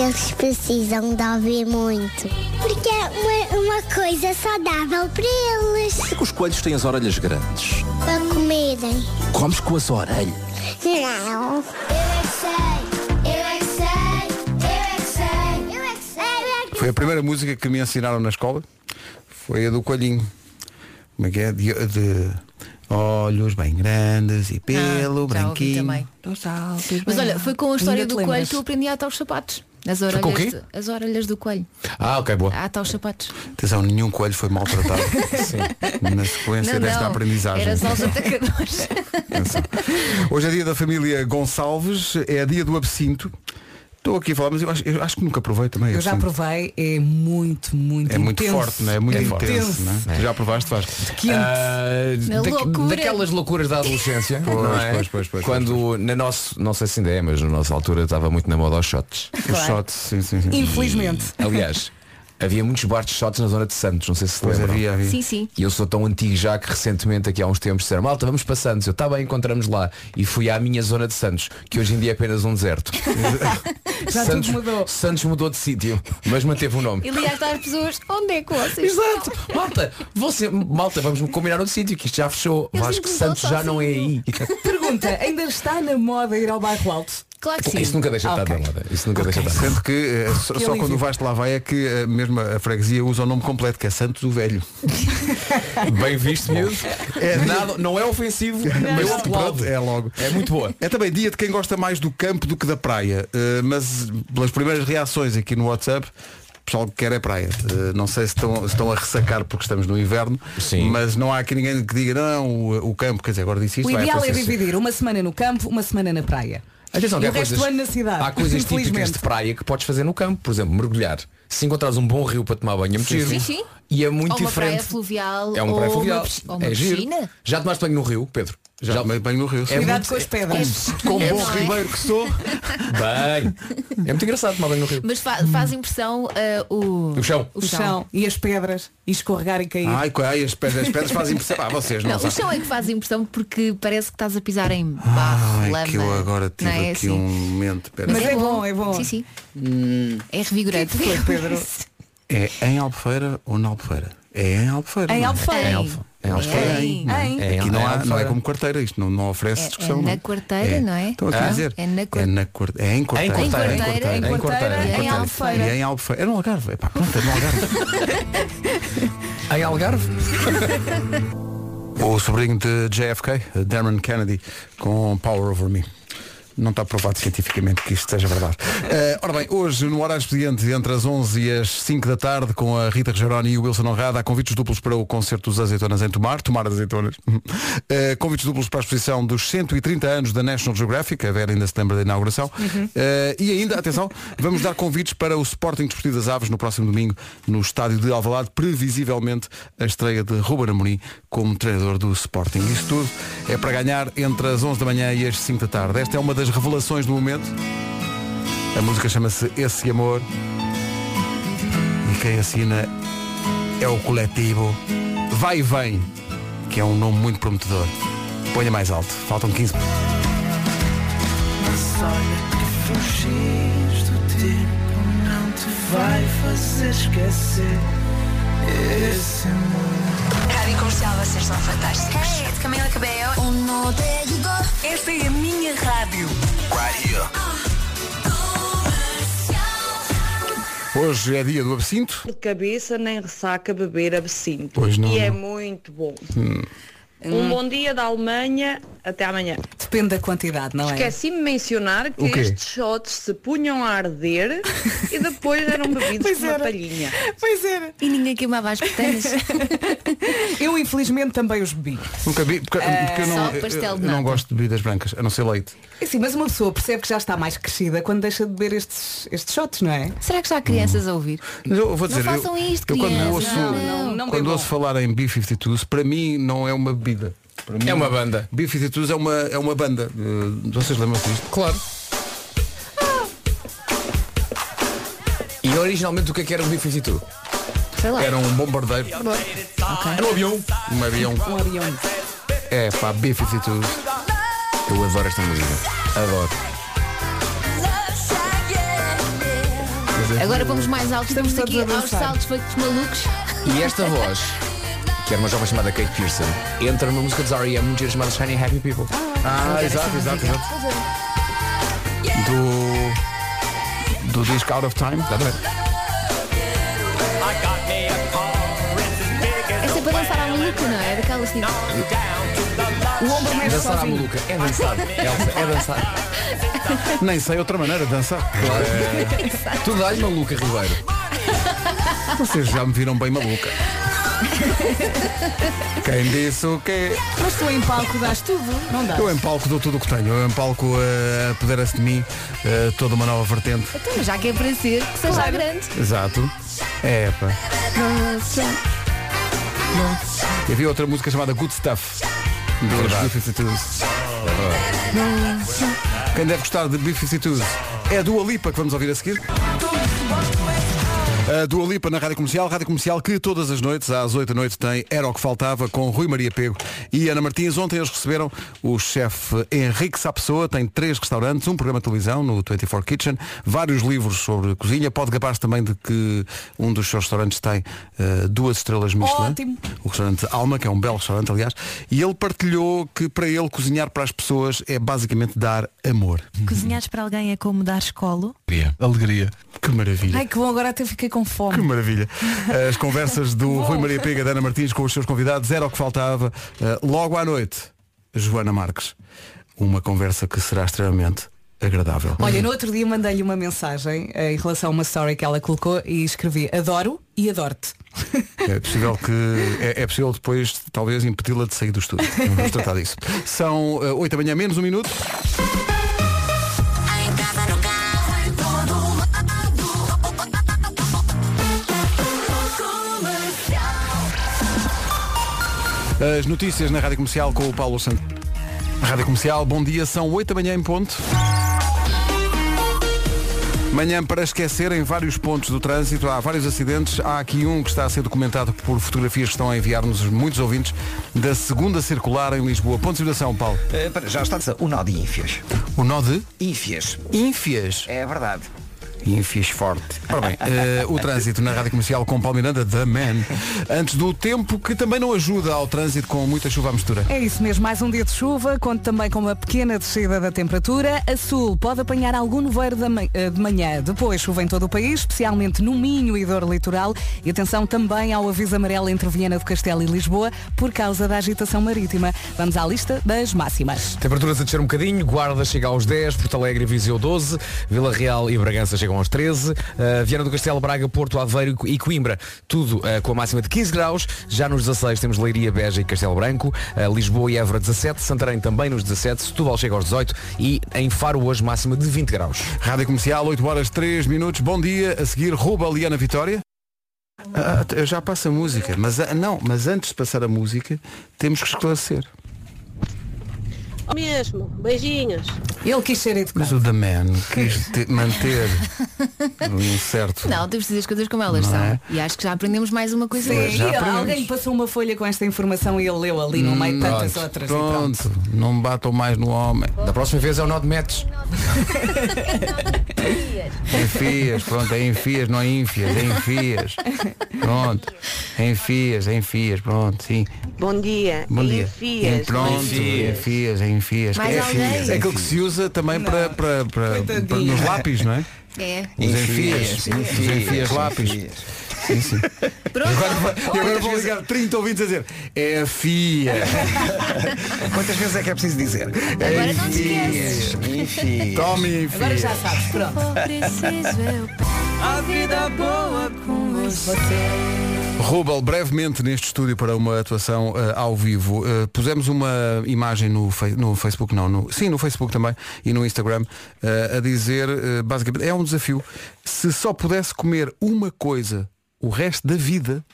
Speaker 9: Eles precisam de ouvir muito. Porque é uma, uma coisa saudável para eles.
Speaker 10: Porquê que os coelhos têm as orelhas grandes?
Speaker 9: Para comerem.
Speaker 10: Comes com as orelhas.
Speaker 9: Não. Eu é que sei, eu é que sei, eu é que sei, eu é que sei.
Speaker 4: Foi a primeira música que me ensinaram na escola. Foi a do Coelhinho. Como é que é? De, de olhos bem grandes e pelo
Speaker 6: Ah, já ouvi
Speaker 4: branquinho.
Speaker 6: também.
Speaker 2: Não sabe,
Speaker 6: Mas olha, foi com a história
Speaker 2: Ainda
Speaker 6: do
Speaker 2: te
Speaker 6: coelho
Speaker 2: lembras?
Speaker 6: que eu aprendi a atar os sapatos. As
Speaker 11: com o
Speaker 6: orelhas,
Speaker 11: quê?
Speaker 6: de- as orelhas do coelho.
Speaker 11: Ah, ok, boa.
Speaker 6: A atar tá os sapatos.
Speaker 4: Atenção, nenhum coelho foi
Speaker 2: Tá,
Speaker 4: maltratado. Na sequência desta aprendizagem.
Speaker 6: Era só os atacadores.
Speaker 4: Atenção. Hoje é dia da família Gonçalves, é dia do absinto. Estou aqui a falar, mas eu acho, eu acho que nunca provei também.
Speaker 2: Eu já
Speaker 4: absinto.
Speaker 2: provei, é muito, muito
Speaker 4: É muito
Speaker 2: intenso.
Speaker 4: forte, não é? É muito intenso. não é? Tu Já provaste, Vasco?
Speaker 2: Quente.
Speaker 11: Ah,
Speaker 6: Na
Speaker 11: daqu-
Speaker 6: loucura.
Speaker 11: Daquelas loucuras da adolescência. não é?
Speaker 4: pois, pois, pois,
Speaker 11: Quando na nossa, não sei se ainda é, mas na nossa altura estava muito na moda aos shots.
Speaker 4: Os shots, sim, sim, sim.
Speaker 2: Infelizmente.
Speaker 11: Aliás, havia muitos bares de shots na zona de Santos, não sei se se
Speaker 4: Pois
Speaker 11: lembram.
Speaker 4: havia, havia.
Speaker 6: sim, sim.
Speaker 11: E eu sou tão antigo já que recentemente aqui há uns tempos disseram Malta, vamos para Santos, eu estava bem, encontramos lá E fui à minha zona de Santos, que hoje em dia é apenas um deserto
Speaker 2: Já
Speaker 11: Santos,
Speaker 2: tudo mudou.
Speaker 11: Santos mudou de sítio, mas manteve o nome
Speaker 6: E ligaste às pessoas, onde é que vocês
Speaker 11: Exato, Malta, você, Malta, vamos combinar outro sítio que isto já fechou
Speaker 6: Eu
Speaker 11: Vasco
Speaker 6: sinto-me
Speaker 11: Santos
Speaker 6: tão
Speaker 11: já não é aí
Speaker 2: Pergunta, ainda está na moda ir ao bairro alto?
Speaker 6: Claro que sim.
Speaker 11: Isso nunca deixa de estar
Speaker 2: Ok.
Speaker 11: na moda Isso nunca deixa de estar
Speaker 4: Sendo que eh, só, só
Speaker 2: alívio.
Speaker 4: quando o Vasco lá vai é que eh, mesmo a freguesia usa o nome completo, que é Santos o Velho.
Speaker 11: Bem visto, miúdo. É, nada, não é ofensivo, mas eu aplaudo.
Speaker 4: Pronto, é logo.
Speaker 11: É muito boa.
Speaker 4: É também dia de quem gosta mais do campo do que da praia. Eh, mas pelas primeiras reações aqui no WhatsApp, o pessoal que quer é praia. Eh, não sei se estão, se estão a ressacar porque estamos no inverno,
Speaker 11: Sim.
Speaker 4: mas não há aqui ninguém que diga não, o, o campo, quer dizer, agora disse isto.
Speaker 2: O
Speaker 4: vai
Speaker 2: ideal é
Speaker 4: acontecer.
Speaker 2: dividir uma semana no campo, uma semana na praia.
Speaker 11: Atenção,
Speaker 2: E
Speaker 11: que
Speaker 2: o resto do ano na cidade.
Speaker 11: Há coisas típicas
Speaker 2: infelizmente.
Speaker 11: de praia que podes fazer no campo, por exemplo, mergulhar. Se encontrares um bom rio para tomar banho, é muito giro.
Speaker 6: sim. Sim, sim.
Speaker 11: E é muito
Speaker 6: Ou uma
Speaker 11: diferente.
Speaker 6: praia fluvial,
Speaker 11: É
Speaker 2: um
Speaker 11: uma praia
Speaker 6: ou uma
Speaker 11: fluvial.
Speaker 6: pis- ou uma
Speaker 11: é giro.
Speaker 6: piscina.
Speaker 11: Já tomaste banho no rio, Pedro? É
Speaker 4: Já tomei banho no rio. sim.
Speaker 2: Cuidado com as pedras.
Speaker 4: Com
Speaker 6: É,
Speaker 4: bom
Speaker 6: não é?
Speaker 4: ribeiro que sou.
Speaker 11: Banho. É muito engraçado tomar banho no rio.
Speaker 6: Mas fa- faz impressão ah, o...
Speaker 11: O chão.
Speaker 6: o
Speaker 2: o chão.
Speaker 6: chão.
Speaker 2: e as pedras e escorregar e cair.
Speaker 4: Ai, co- ai, as pedras, as pedras fazem perceber. Ah, vocês não,
Speaker 6: Não, o
Speaker 4: sabem.
Speaker 6: chão é que faz impressão porque parece que estás a pisar em barro, lama.
Speaker 4: Ai, que eu agora tive
Speaker 6: não é
Speaker 4: aqui
Speaker 6: assim?
Speaker 4: um momento. Espera.
Speaker 2: Mas é bom, é bom.
Speaker 6: Sim, sim.
Speaker 12: Hum,
Speaker 6: É revigorante.
Speaker 2: Foi, Pedro.
Speaker 4: É em Albufeira ou na Albufeira? É em Albufeira.
Speaker 2: Em
Speaker 4: não é?
Speaker 2: Albufeira.
Speaker 6: Em.
Speaker 11: Alfa.
Speaker 4: É em Albufeira.
Speaker 6: Em.
Speaker 4: não é?
Speaker 2: Em.
Speaker 11: É em
Speaker 4: Aqui não, há, não é
Speaker 11: Albufeira.
Speaker 4: como quarteira, isto não, não oferece
Speaker 6: É- é
Speaker 4: discussão.
Speaker 6: na
Speaker 4: não
Speaker 6: quarteira, não é?
Speaker 4: Estou aqui a
Speaker 6: Ah.
Speaker 4: dizer.
Speaker 6: É na
Speaker 4: quar-
Speaker 6: quarteira.
Speaker 4: é quarteira. É em quarteira.
Speaker 11: Em quarteira.
Speaker 6: Em
Speaker 2: Em quarteira, em
Speaker 11: Em Corteira, em Corteira.
Speaker 4: E
Speaker 2: Alfeira.
Speaker 4: é em Albufeira. É no Algarve. Epá, pronto, é no Algarve.
Speaker 11: Em Algarve?
Speaker 4: o sobrinho de JFK, Darren Kennedy, com Power Over Me. Não está provado cientificamente que isto seja verdade. Eh, ora bem, hoje, no horário expediente, entre as 11 e as 5 da tarde, com a Rita Rogeroni e o Wilson Honrada, há convites duplos para o concerto dos Azeitonas em Tomar, Tomar Azeitonas. Eh, convites duplos para a exposição dos 130 anos da National Geographic, a Vera ainda se lembra da inauguração. Eh, e ainda, atenção, vamos dar convites para o Sporting Desportivo das Aves no próximo domingo, no estádio de Alvalade, previsivelmente a estreia de Ruben Amorim como treinador do Sporting. Isso tudo é para ganhar entre as 11 da manhã e as 5 da tarde. Esta é uma das revelações do momento. A música chama-se Esse Amor. E quem assina é o coletivo Vai e Vem, que é um nome muito prometedor. Ponha mais alto, faltam 15.
Speaker 1: Rádio Comercial, vocês são fantásticos. Hey, É, de Camila Cabello. Oh no, there you go. Esta é a minha rádio.
Speaker 4: Hoje é dia do absinto.
Speaker 13: de cabeça nem ressaca beber absinto.
Speaker 4: Pois não,
Speaker 13: E é
Speaker 4: não.
Speaker 13: muito bom.
Speaker 14: É
Speaker 13: Um bom dia da Alemanha. Até amanhã.
Speaker 2: Depende da quantidade, não é?
Speaker 13: Esqueci-me de mencionar que
Speaker 4: O quê?
Speaker 13: estes shots se punham a arder e depois eram bebidos
Speaker 14: é.
Speaker 2: Pois
Speaker 13: com uma
Speaker 2: era.
Speaker 13: palhinha.
Speaker 2: Pois era.
Speaker 6: E ninguém queimava as pestanas.
Speaker 2: Eu infelizmente também os bebi.
Speaker 4: Nunca vi, porque, porque eu, não,
Speaker 6: É, só pastel de
Speaker 4: eu- eu
Speaker 6: nata.
Speaker 4: não gosto de bebidas brancas, a não ser leite.
Speaker 2: Sim, É assim, mas uma pessoa percebe que já está mais crescida quando deixa de beber estes, estes shots, não é?
Speaker 6: Será que já há crianças a ouvir?
Speaker 4: Hum. Mas eu
Speaker 6: Não
Speaker 4: vou dizer, eu-
Speaker 6: façam é isto,
Speaker 4: eu, quando
Speaker 6: crianças,
Speaker 4: ouço,
Speaker 6: não, não,
Speaker 2: não
Speaker 4: quando
Speaker 2: bebam.
Speaker 4: ouço falar em B-52, para mim não é uma bebida. Para mim,
Speaker 11: É uma banda.
Speaker 4: B-52 é uma, é uma banda. Eh, vocês lembram-se disto?
Speaker 11: Claro. E originalmente o que é que era o Bife tu?
Speaker 6: Sei lá.
Speaker 4: Era um bombardeiro. Era um avião. Um avião.
Speaker 2: Um avião.
Speaker 4: É pá, B-52.
Speaker 11: Eu adoro esta música. Adoro.
Speaker 1: Love shot, yeah, yeah.
Speaker 11: é
Speaker 4: Deus.
Speaker 6: Agora vamos mais alto e estamos aqui
Speaker 2: todos a
Speaker 6: aos
Speaker 2: dançar.
Speaker 6: saltos feitos malucos.
Speaker 11: E esta voz, que era uma jovem chamada Kate Pearson, entra numa música dos R.E.M. muito gira um chamada Shiny Happy People.
Speaker 4: Ah,
Speaker 11: Adoro
Speaker 4: exato,
Speaker 11: essa
Speaker 4: exato,
Speaker 11: música.
Speaker 4: exato. Do. Do disco Out of Time.
Speaker 6: Essa é para dançar à maluca, não é? Daquelas tipo. O ombro mexe
Speaker 4: Dançar à
Speaker 6: sozinho.
Speaker 4: maluca. É dançar, Elsa, é dançar. Nem sei outra maneira de dançar.
Speaker 11: Claro.
Speaker 4: É. Tu dás maluca, Ribeiro. Vocês já me viram bem maluca. Quem disse o quê?
Speaker 2: Mas tu em palco dás tudo, não dás?
Speaker 4: Eu em palco dou tudo o que tenho. Eu em palco eh, apodera-se de mim eh, toda uma nova vertente.
Speaker 6: Então, mas já que é para ser, que seja grande.
Speaker 4: Exato. É, pá. E havia outra música chamada Good Stuff. Dos
Speaker 11: Verdade.
Speaker 4: Bificitudes. Quem deve gostar de Bificitudes é a Dua Lipa que vamos ouvir a seguir. A Dua Lipa na Rádio Comercial, Rádio Comercial que todas as noites, às 8 da noite, tem Era o que Faltava com Rui Maria Pego e Ana Martins. Ontem eles receberam o chefe Henrique Sapessoa, tem três restaurantes, um programa de televisão no 24 Kitchen, vários livros sobre cozinha, pode gabar também de que um dos seus restaurantes tem eh, duas estrelas
Speaker 11: é?
Speaker 4: Michelin.
Speaker 2: Ótimo.
Speaker 4: O restaurante Alma, que é um belo restaurante, aliás, e ele partilhou que para ele cozinhar para as pessoas é basicamente dar amor.
Speaker 15: Cozinhares para alguém é como dar escolo.
Speaker 4: Alegria. Alegria. Que maravilha.
Speaker 2: Ai que bom, agora até fiquei com fome.
Speaker 4: Que maravilha. As conversas do Rui Maria Pega e da Ana Martins com os seus convidados era o que faltava. Uh, logo à noite, Joana Marques. Uma conversa que será extremamente agradável.
Speaker 2: Olha, no outro dia mandei-lhe uma mensagem eh, em relação a uma story que ela colocou e escrevi adoro e adoro-te.
Speaker 4: É possível que é, é possível depois talvez impedi-la de sair do estúdio. Vamos tratar disso. São eh, oito da manhã menos um minuto. As notícias na Rádio Comercial com o Paulo Santos. Rádio Comercial, bom dia, são 8 da manhã em ponto. Manhã para esquecer em vários pontos do trânsito, há vários acidentes, há aqui um que está a ser documentado por fotografias que estão a enviar-nos muitos ouvintes da segunda circular em Lisboa. Ponto de situação, Paulo.
Speaker 5: Eh, pera, já está o nó de ínfias.
Speaker 4: O nó de?
Speaker 5: Ínfias.
Speaker 4: Ínfias?
Speaker 5: É verdade.
Speaker 4: Ínfias forte. Ora bem, eh, o trânsito na Rádio Comercial com Paulo Miranda, The Man, antes do tempo que também não ajuda ao trânsito com muita chuva à mistura.
Speaker 2: É isso mesmo, mais um dia de chuva, conto também com uma pequena descida da temperatura. A sul pode apanhar algum nevoeiro da ma- eh, de manhã. Depois chuva em todo o país, especialmente no Minho e Douro Litoral. E atenção também ao aviso amarelo entre Viena do Castelo e Lisboa por causa da agitação marítima. Vamos à lista das máximas.
Speaker 8: Temperaturas a descer um bocadinho, Guarda chega aos 10, Porto Alegre e Viseu 12, Vila Real e Bragança chegam aos 13, eh, Viana do Castelo, Braga, Porto, Aveiro e Coimbra, tudo eh, com a máxima de 15 graus, já nos 16 temos Leiria, Beja e Castelo Branco, eh, Lisboa e Évora 17, Santarém também nos 17, Setúbal chega aos 18 e em Faro hoje máxima de 20 graus.
Speaker 4: Rádio Comercial, 8 horas 3 minutos. Bom dia. A seguir, rouba Liana Vitória. Ah, eu já passo a música, mas ah, não, mas antes de passar a música, temos que esclarecer.
Speaker 16: Mesmo, beijinhos.
Speaker 2: Ele quis ser educado.
Speaker 4: Mas o The Man quis te- manter um certo.
Speaker 6: Não, temos de dizer as coisas como elas
Speaker 4: Não
Speaker 6: são.
Speaker 4: é?
Speaker 6: E acho que já aprendemos mais uma coisa.
Speaker 4: Sim,
Speaker 6: hoje.
Speaker 4: já
Speaker 2: E alguém passou uma folha com esta informação e ele leu ali no meio de tantas
Speaker 4: Pronto,
Speaker 2: outras. e pronto.
Speaker 4: Pronto, não me batam mais no homem.
Speaker 8: Da próxima vez é o nó de metros.
Speaker 4: Enfias, pronto, é enfias, não é ínfias, é enfias. Pronto, é enfias, é enfias, pronto, sim.
Speaker 16: Bom dia.
Speaker 4: Bom dia.
Speaker 16: Enfias.
Speaker 4: Em pronto,
Speaker 16: Enfias.
Speaker 4: enfias, enfias. enfias.
Speaker 16: Mais
Speaker 4: é,
Speaker 16: alguém?
Speaker 4: enfias. é aquele que se usa também para, para, para, para- nos lápis, não é?
Speaker 6: É.
Speaker 4: Os enfias,
Speaker 5: Enfias,
Speaker 4: os enfias
Speaker 5: enfias,
Speaker 4: lápis. Sim, sim. E agora, vai- e agora vou ligar 30 ouvintes a dizer é a FIA.
Speaker 5: Quantas vezes é que é preciso dizer?
Speaker 4: Agora não te esqueces.
Speaker 5: Enfias.
Speaker 4: Tome enfias.
Speaker 2: Agora já sabes, pronto.
Speaker 15: A vida boa com você.
Speaker 4: Rubel, brevemente neste estúdio para uma atuação eh, ao vivo. Eh, pusemos uma imagem no, Fe- no Facebook, não, no, sim, no Facebook também e no Instagram, eh, a dizer, eh, basicamente, é um desafio. Se só pudesse comer uma coisa o resto da vida,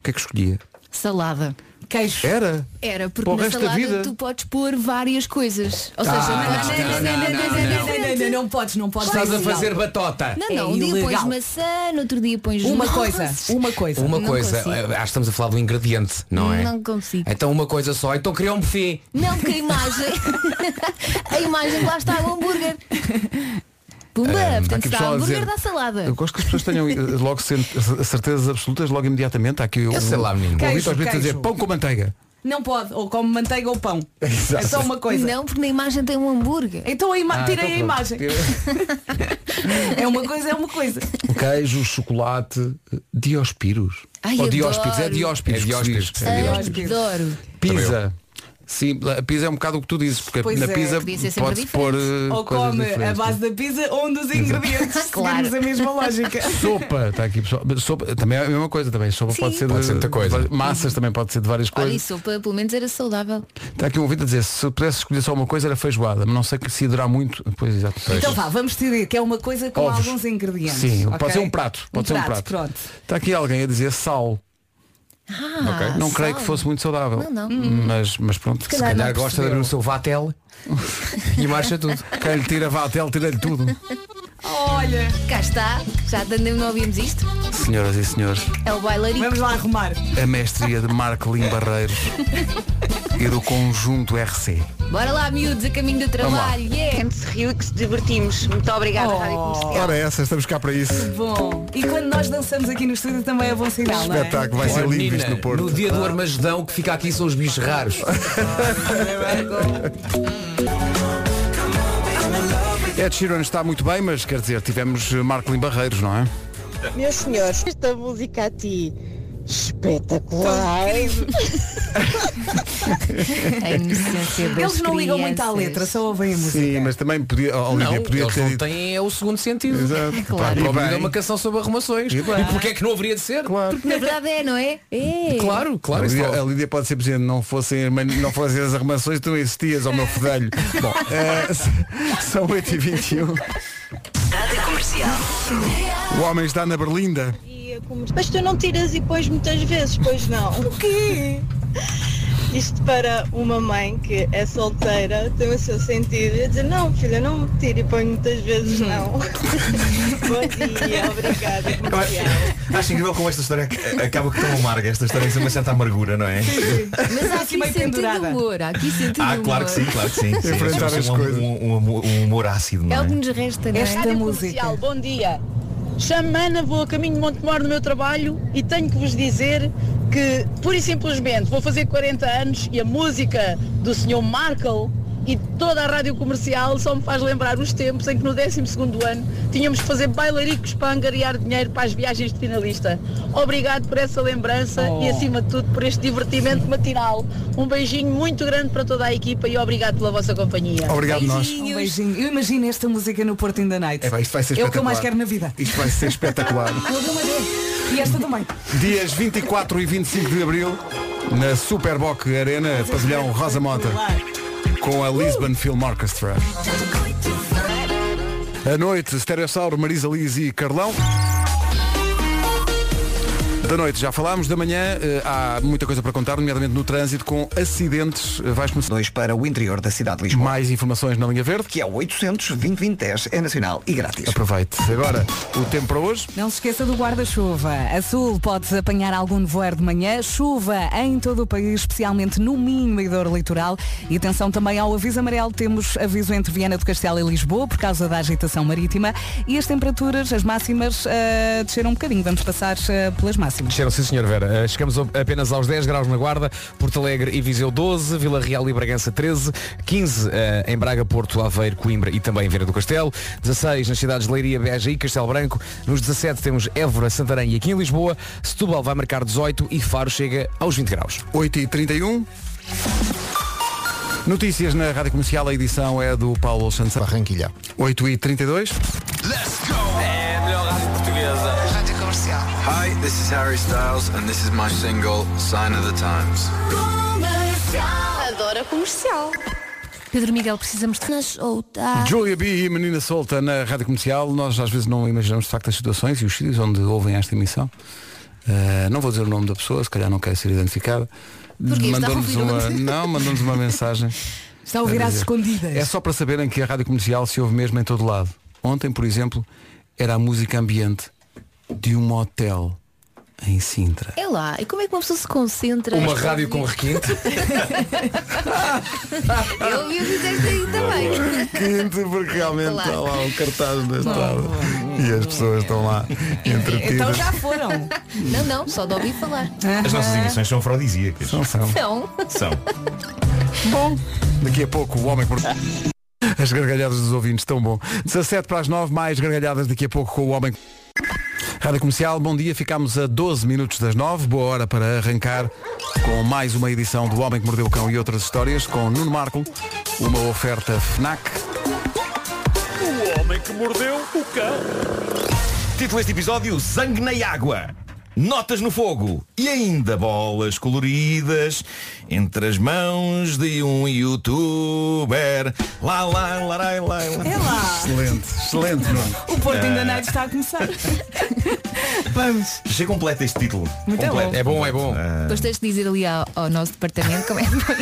Speaker 4: o que é que escolhia?
Speaker 6: Salada.
Speaker 2: Queijo.
Speaker 4: Era?
Speaker 6: Era, porque
Speaker 4: Para o
Speaker 6: na
Speaker 4: resto da vida.
Speaker 6: salada tu podes pôr várias coisas. Ou
Speaker 8: Ah,
Speaker 6: seja,
Speaker 8: não, não, não, não, não,
Speaker 2: não, não podes, não podes.
Speaker 8: Estás a
Speaker 2: Não.
Speaker 8: fazer batota.
Speaker 6: Não,
Speaker 2: É
Speaker 6: não, um dia pões
Speaker 2: ilegal.
Speaker 6: maçã, no outro dia pões
Speaker 2: Uma
Speaker 6: nozes.
Speaker 2: coisa, uma coisa.
Speaker 8: Uma
Speaker 6: Não
Speaker 8: coisa,
Speaker 6: consigo.
Speaker 8: eh, acho que estamos a falar do ingrediente, não é?
Speaker 6: Não consigo.
Speaker 8: Então uma coisa só, então criou um buffet.
Speaker 6: Não, porque a imagem. a imagem que lá está, o hambúrguer. é um Pumba,
Speaker 4: Ah, há
Speaker 6: portanto
Speaker 4: aqui
Speaker 6: está
Speaker 4: pessoal a
Speaker 6: hambúrguer
Speaker 4: dizer-
Speaker 6: da salada.
Speaker 4: Eu gosto que as pessoas tenham eh, logo cent- certezas absolutas, logo imediatamente. Há aqui um
Speaker 11: Eu sei lá, menino.
Speaker 4: Ouvi
Speaker 2: Queijo,
Speaker 4: às vezes a dizer
Speaker 2: queijo.
Speaker 4: pão com manteiga.
Speaker 2: Não pode, ou como manteiga ou pão. É só uma coisa.
Speaker 6: Não, porque na imagem tem um hambúrguer.
Speaker 2: Então a ima-
Speaker 4: Ah,
Speaker 2: tirei
Speaker 4: então
Speaker 2: a
Speaker 4: pronto.
Speaker 2: imagem. é uma coisa, é uma coisa.
Speaker 4: Queijo, chocolate, dióspiros.
Speaker 6: Ai,
Speaker 4: Ou
Speaker 6: adoro.
Speaker 4: dióspidos, é dióspiros.
Speaker 11: eh, É
Speaker 4: que se
Speaker 11: dióspiros.
Speaker 4: diz.
Speaker 11: É
Speaker 6: Adoro.
Speaker 4: Pizza. Sim, a pizza é um bocado o que tu dizes, porque
Speaker 2: Pois
Speaker 4: na
Speaker 2: é,
Speaker 4: pizza
Speaker 2: podia ser sempre
Speaker 4: pode-se pôr eh,
Speaker 2: Ou
Speaker 4: coisas
Speaker 2: come a
Speaker 4: diferentes. é?
Speaker 2: base da pizza ou um dos ingredientes.
Speaker 6: Claro.
Speaker 2: Seguimos a mesma lógica.
Speaker 4: Sopa, está aqui pessoal. Mas Sopa, também é a mesma coisa, também. Sopa
Speaker 6: Sim.
Speaker 4: pode ser
Speaker 11: Pode
Speaker 4: de
Speaker 11: ser muita coisa.
Speaker 4: de- Massas também pode ser de várias
Speaker 6: Olha,
Speaker 4: coisas.
Speaker 6: isso pelo menos era saudável.
Speaker 4: Está aqui um ouvinte a dizer, se eu pudesse escolher só uma coisa era feijoada, mas não sei que se durar muito. Pois exato.
Speaker 2: Então vá, vamos decidir que é uma coisa com
Speaker 4: Ovos.
Speaker 2: alguns ingredientes.
Speaker 4: Sim,
Speaker 2: ok?
Speaker 4: pode ser um prato. Pode ser um prato.
Speaker 2: Pronto.
Speaker 4: Está aqui alguém a dizer sal.
Speaker 6: Ah,
Speaker 4: Não
Speaker 6: sal.
Speaker 4: creio que fosse muito saudável. Hum.
Speaker 6: Não, não.
Speaker 4: Mas, mas pronto.
Speaker 6: Se calhar não percebeu.
Speaker 4: o seu Vatel e marcha tudo. Quem lhe tira Vatel, tira-lhe tudo.
Speaker 6: Olha, cá está. Já de- não ouvimos isto.
Speaker 4: Senhoras e senhores,
Speaker 6: É o bailarino. Vamos
Speaker 2: lá arrumar.
Speaker 4: a mestria de Marco Lim Barreiros e do conjunto RC.
Speaker 6: Bora lá, miúdos, a caminho do
Speaker 4: Vamos lá.
Speaker 6: trabalho. Yeah. Sempre se riu e que se divertimos. Muito obrigada, Rádio Comercial.
Speaker 4: Ora essa, estamos cá para isso.
Speaker 2: Oh, é Bom. E quando nós dançamos aqui no estúdio também é bom sinal, não é?
Speaker 4: Espetáculo, vai ser
Speaker 11: Olha,
Speaker 4: lindo isto
Speaker 11: menina,
Speaker 4: no Porto.
Speaker 11: No dia do Armagedão, o que fica aqui são os bichos raros.
Speaker 4: Ed Sheeran está muito bem, mas quer dizer, tivemos eh, Marco Lim Barreiros, não é?
Speaker 17: Meus senhores, esta música a ti espetacular.
Speaker 6: A inocência das
Speaker 2: Eles não ligam muito à
Speaker 6: crianças.
Speaker 2: letra, só ouvem a música.
Speaker 4: Sim, mas também podia, a Olivia
Speaker 11: Não,
Speaker 4: podia
Speaker 11: eles
Speaker 4: ter
Speaker 11: não
Speaker 4: dito-
Speaker 11: têm é o segundo sentido.
Speaker 4: Exato.
Speaker 11: Claro,
Speaker 4: Pá, e
Speaker 11: claro.
Speaker 4: bem.
Speaker 11: é uma canção sobre arrumações. E,
Speaker 4: bem.
Speaker 11: porquê é que não haveria de ser? Claro.
Speaker 6: Na verdade é, não é? É.
Speaker 11: Claro, claro.
Speaker 4: a,
Speaker 11: isso
Speaker 4: Lídia,
Speaker 11: não-
Speaker 4: a Lídia pode ser presidente, não fossem, não fossem as arrumações, tu não existias ao meu fedelho. Bom, eh, s- são 8h21.
Speaker 15: Rádio comercial.
Speaker 4: O homem está na Berlinda.
Speaker 17: Mas tu não tiras e pões muitas vezes, pois não? O quê? Isto para uma mãe que é solteira tem o seu sentido. Eu dizer, não, filha, não me tire e põe muitas vezes, não. Bom dia, obrigada.
Speaker 18: Acho incrível como esta história ac- acaba que tão amarga. Esta história tem uma certa amargura, não é?
Speaker 6: Mas
Speaker 2: Assim
Speaker 6: há aqui sentido humor. Há aqui sentido
Speaker 18: Ah,
Speaker 6: humor.
Speaker 18: claro que sim, claro que sim. sim.
Speaker 4: Enfrentar
Speaker 18: Sim,
Speaker 4: as
Speaker 18: um,
Speaker 4: coisas.
Speaker 18: Um, um- um humor ácido, não
Speaker 6: É
Speaker 18: é?
Speaker 6: o que nos resta, não é?
Speaker 17: Esta Rádio música. Comercial, bom dia. Chamo-me Ana, vou a caminho de Montemor no meu trabalho e tenho que vos dizer que, pura e simplesmente, vou fazer 40 anos e a música do Sr. Markle e toda a rádio comercial só me faz lembrar os tempos em que no 12º ano tínhamos que fazer bailaricos para angariar dinheiro para as viagens de finalista. Obrigado por essa lembrança e, acima de tudo, por este divertimento matinal. Um beijinho muito grande para toda a equipa e obrigado pela vossa companhia.
Speaker 2: Um beijinho. Eu imagino esta música no Porto in the Night.
Speaker 4: É, pá, isto vai ser
Speaker 2: É o que eu
Speaker 4: espetacular.
Speaker 2: mais quero na vida.
Speaker 4: Isto vai ser espetacular.
Speaker 2: Alguma vez. E esta também.
Speaker 4: Dias 24 e 25 de Abril, na Superboc Arena, pavilhão Rosa Mota, com a Lisbon Film Orchestra. À noite, Stereossauro, Marisa Liz e Carlão. Da noite já falámos, da manhã eh, há muita coisa para contar, nomeadamente no trânsito com acidentes. Eh, Vais começar.
Speaker 5: Dois para o interior da cidade de Lisboa.
Speaker 4: Mais informações na linha verde.
Speaker 5: Que é o 800 2020 é nacional e grátis.
Speaker 4: Aproveite. Agora, o tempo para hoje.
Speaker 2: Não se esqueça do guarda-chuva. A sul pode apanhar algum nevoeiro de manhã, chuva em todo o país, especialmente no Minho e Douro Litoral. E atenção também ao aviso amarelo. Temos aviso entre Viana do Castelo e Lisboa por causa da agitação marítima. E as temperaturas, as máximas, eh, desceram um bocadinho. Vamos passar eh, pelas máximas.
Speaker 8: Desceram, sim, senhor Vera. Eh, Chegamos ao- apenas aos 10 graus na Guarda, Porto Alegre e Viseu 12, Vila Real e Bragança 13, 15 eh, em Braga, Porto, Aveiro, Coimbra e também em Vera do Castelo, 16 nas cidades de Leiria, Beja e Castelo Branco, nos 17 temos Évora, Santarém e aqui em Lisboa, Setúbal vai marcar 18 e Faro chega aos 20 graus.
Speaker 4: 8 e 31 Notícias na Rádio Comercial, a edição é do Paulo Santos
Speaker 3: Barranquilha.
Speaker 4: 8 e 32
Speaker 19: É a melhor rádio portuguesa. Rádio comercial. Hi, this is Harry Styles and this is my single Sign of the Times.
Speaker 6: Adora comercial. Pedro Miguel, precisamos de nas
Speaker 2: Ah.
Speaker 6: outra.
Speaker 4: Julia B e Menina Solta na Rádio Comercial. Nós às vezes não imaginamos de facto as situações e os sítios onde ouvem esta emissão. Uh, não vou dizer o nome da pessoa, se calhar não quer ser identificada.
Speaker 2: Porquê? Está a ouvir
Speaker 4: Mandou-nos
Speaker 2: o
Speaker 4: uma,
Speaker 2: nome?
Speaker 4: não, mandou-nos uma mensagem.
Speaker 2: Está a ouvir às
Speaker 4: dizer,
Speaker 2: escondidas.
Speaker 4: É só para saberem que a Rádio Comercial se ouve mesmo em todo lado. Ontem, por exemplo, era a música ambiente de um hotel. em Sintra.
Speaker 6: É lá, e como é que uma pessoa se concentra?
Speaker 4: Uma rádio com requinte.
Speaker 6: Eu ouvi dizer isto aí também.
Speaker 4: Quente, porque realmente
Speaker 6: Claro.
Speaker 4: está lá um cartaz na estrada. E as pessoas estão lá entretidas.
Speaker 6: Então já foram. Não, não, só de ouvir falar. Ah,
Speaker 18: As nossas emissões são afrodisíacas. São,
Speaker 4: são.
Speaker 6: Não.
Speaker 18: São.
Speaker 4: Bom, daqui a pouco o homem por. As gargalhadas dos ouvintes, tão bom. 17 para as 9, mais gargalhadas daqui a pouco com o homem. Rádio Comercial, bom dia. Ficámos a 12 minutos das 9. Boa hora para arrancar com mais uma edição do Homem que Mordeu o Cão e outras histórias com Nuno Marco. Uma oferta FNAC.
Speaker 20: O homem que mordeu o cão.
Speaker 18: Título deste episódio, Zangue na Água. Notas no fogo e ainda bolas coloridas entre as mãos de um youtuber. Lá, lá, lá, lá, lá.
Speaker 2: É lá.
Speaker 4: Excelente, excelente, Nuno.
Speaker 2: O Porto
Speaker 18: Ah,
Speaker 2: Enganado está a começar. Vamos.
Speaker 18: Já completa este título.
Speaker 6: Muito bom.
Speaker 18: Completo,
Speaker 6: É bom,
Speaker 18: completo.
Speaker 6: é bom.
Speaker 18: Ah.
Speaker 6: Depois tens de dizer ali ao, ao nosso departamento como é que foi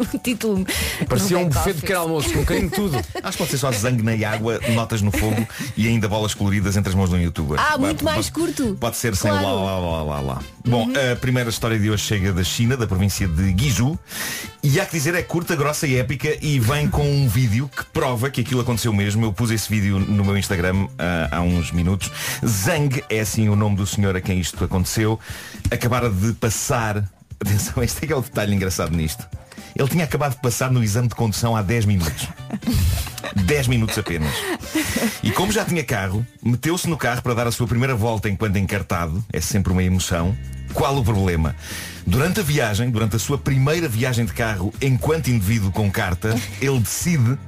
Speaker 6: o título.
Speaker 18: Parecia
Speaker 6: no
Speaker 18: um
Speaker 6: back-office.
Speaker 18: buffet de pequeno almoço, com um bocadinho de tudo.
Speaker 6: Ah,
Speaker 18: Acho que pode ser só zangue na água, notas no fogo e ainda bolas coloridas entre as mãos de um youtuber.
Speaker 6: Ah,
Speaker 18: Vai,
Speaker 6: muito mais
Speaker 18: pode-
Speaker 6: curto.
Speaker 18: Pode ser sem
Speaker 6: Claro.
Speaker 18: lá, lá, lá, lá, lá. Bom, a primeira história de hoje chega da China, da província de Guizhou. E há que dizer, é curta, grossa e épica e vem com um vídeo que prova que aquilo aconteceu mesmo. Eu pus esse vídeo no meu Instagram ah, há uns minutos. Zhang é assim o nome do senhor a quem isto aconteceu. Acabara de passar... Atenção, este é que é o detalhe engraçado nisto. Ele tinha acabado de passar no exame de condução há 10 minutos. 10 minutos apenas. E como já tinha carro, meteu-se no carro para dar a sua primeira volta enquanto encartado. É sempre uma emoção. Qual o problema? Durante a viagem, durante a sua primeira viagem de carro enquanto indivíduo com carta, ele decide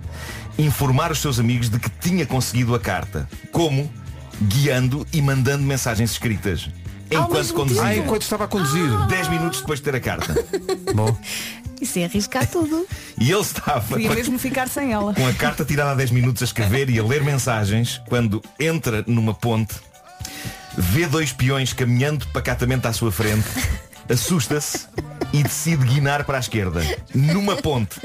Speaker 18: informar os seus amigos de que tinha conseguido a carta. Como? Guiando e mandando mensagens escritas. Enquanto
Speaker 6: mesmo
Speaker 18: conduzia.
Speaker 6: tempo. Ah, enquanto
Speaker 4: estava a conduzir.
Speaker 18: 10 minutos depois de ter a carta.
Speaker 4: Bom.
Speaker 6: Isso é arriscar tudo.
Speaker 18: E ele estava.
Speaker 2: Podia mesmo ficar sem ela.
Speaker 18: com a carta tirada há 10 minutos a escrever e a ler mensagens, quando entra numa ponte, vê dois peões caminhando pacatamente à sua frente, assusta-se e decide guinar para a esquerda. Numa ponte.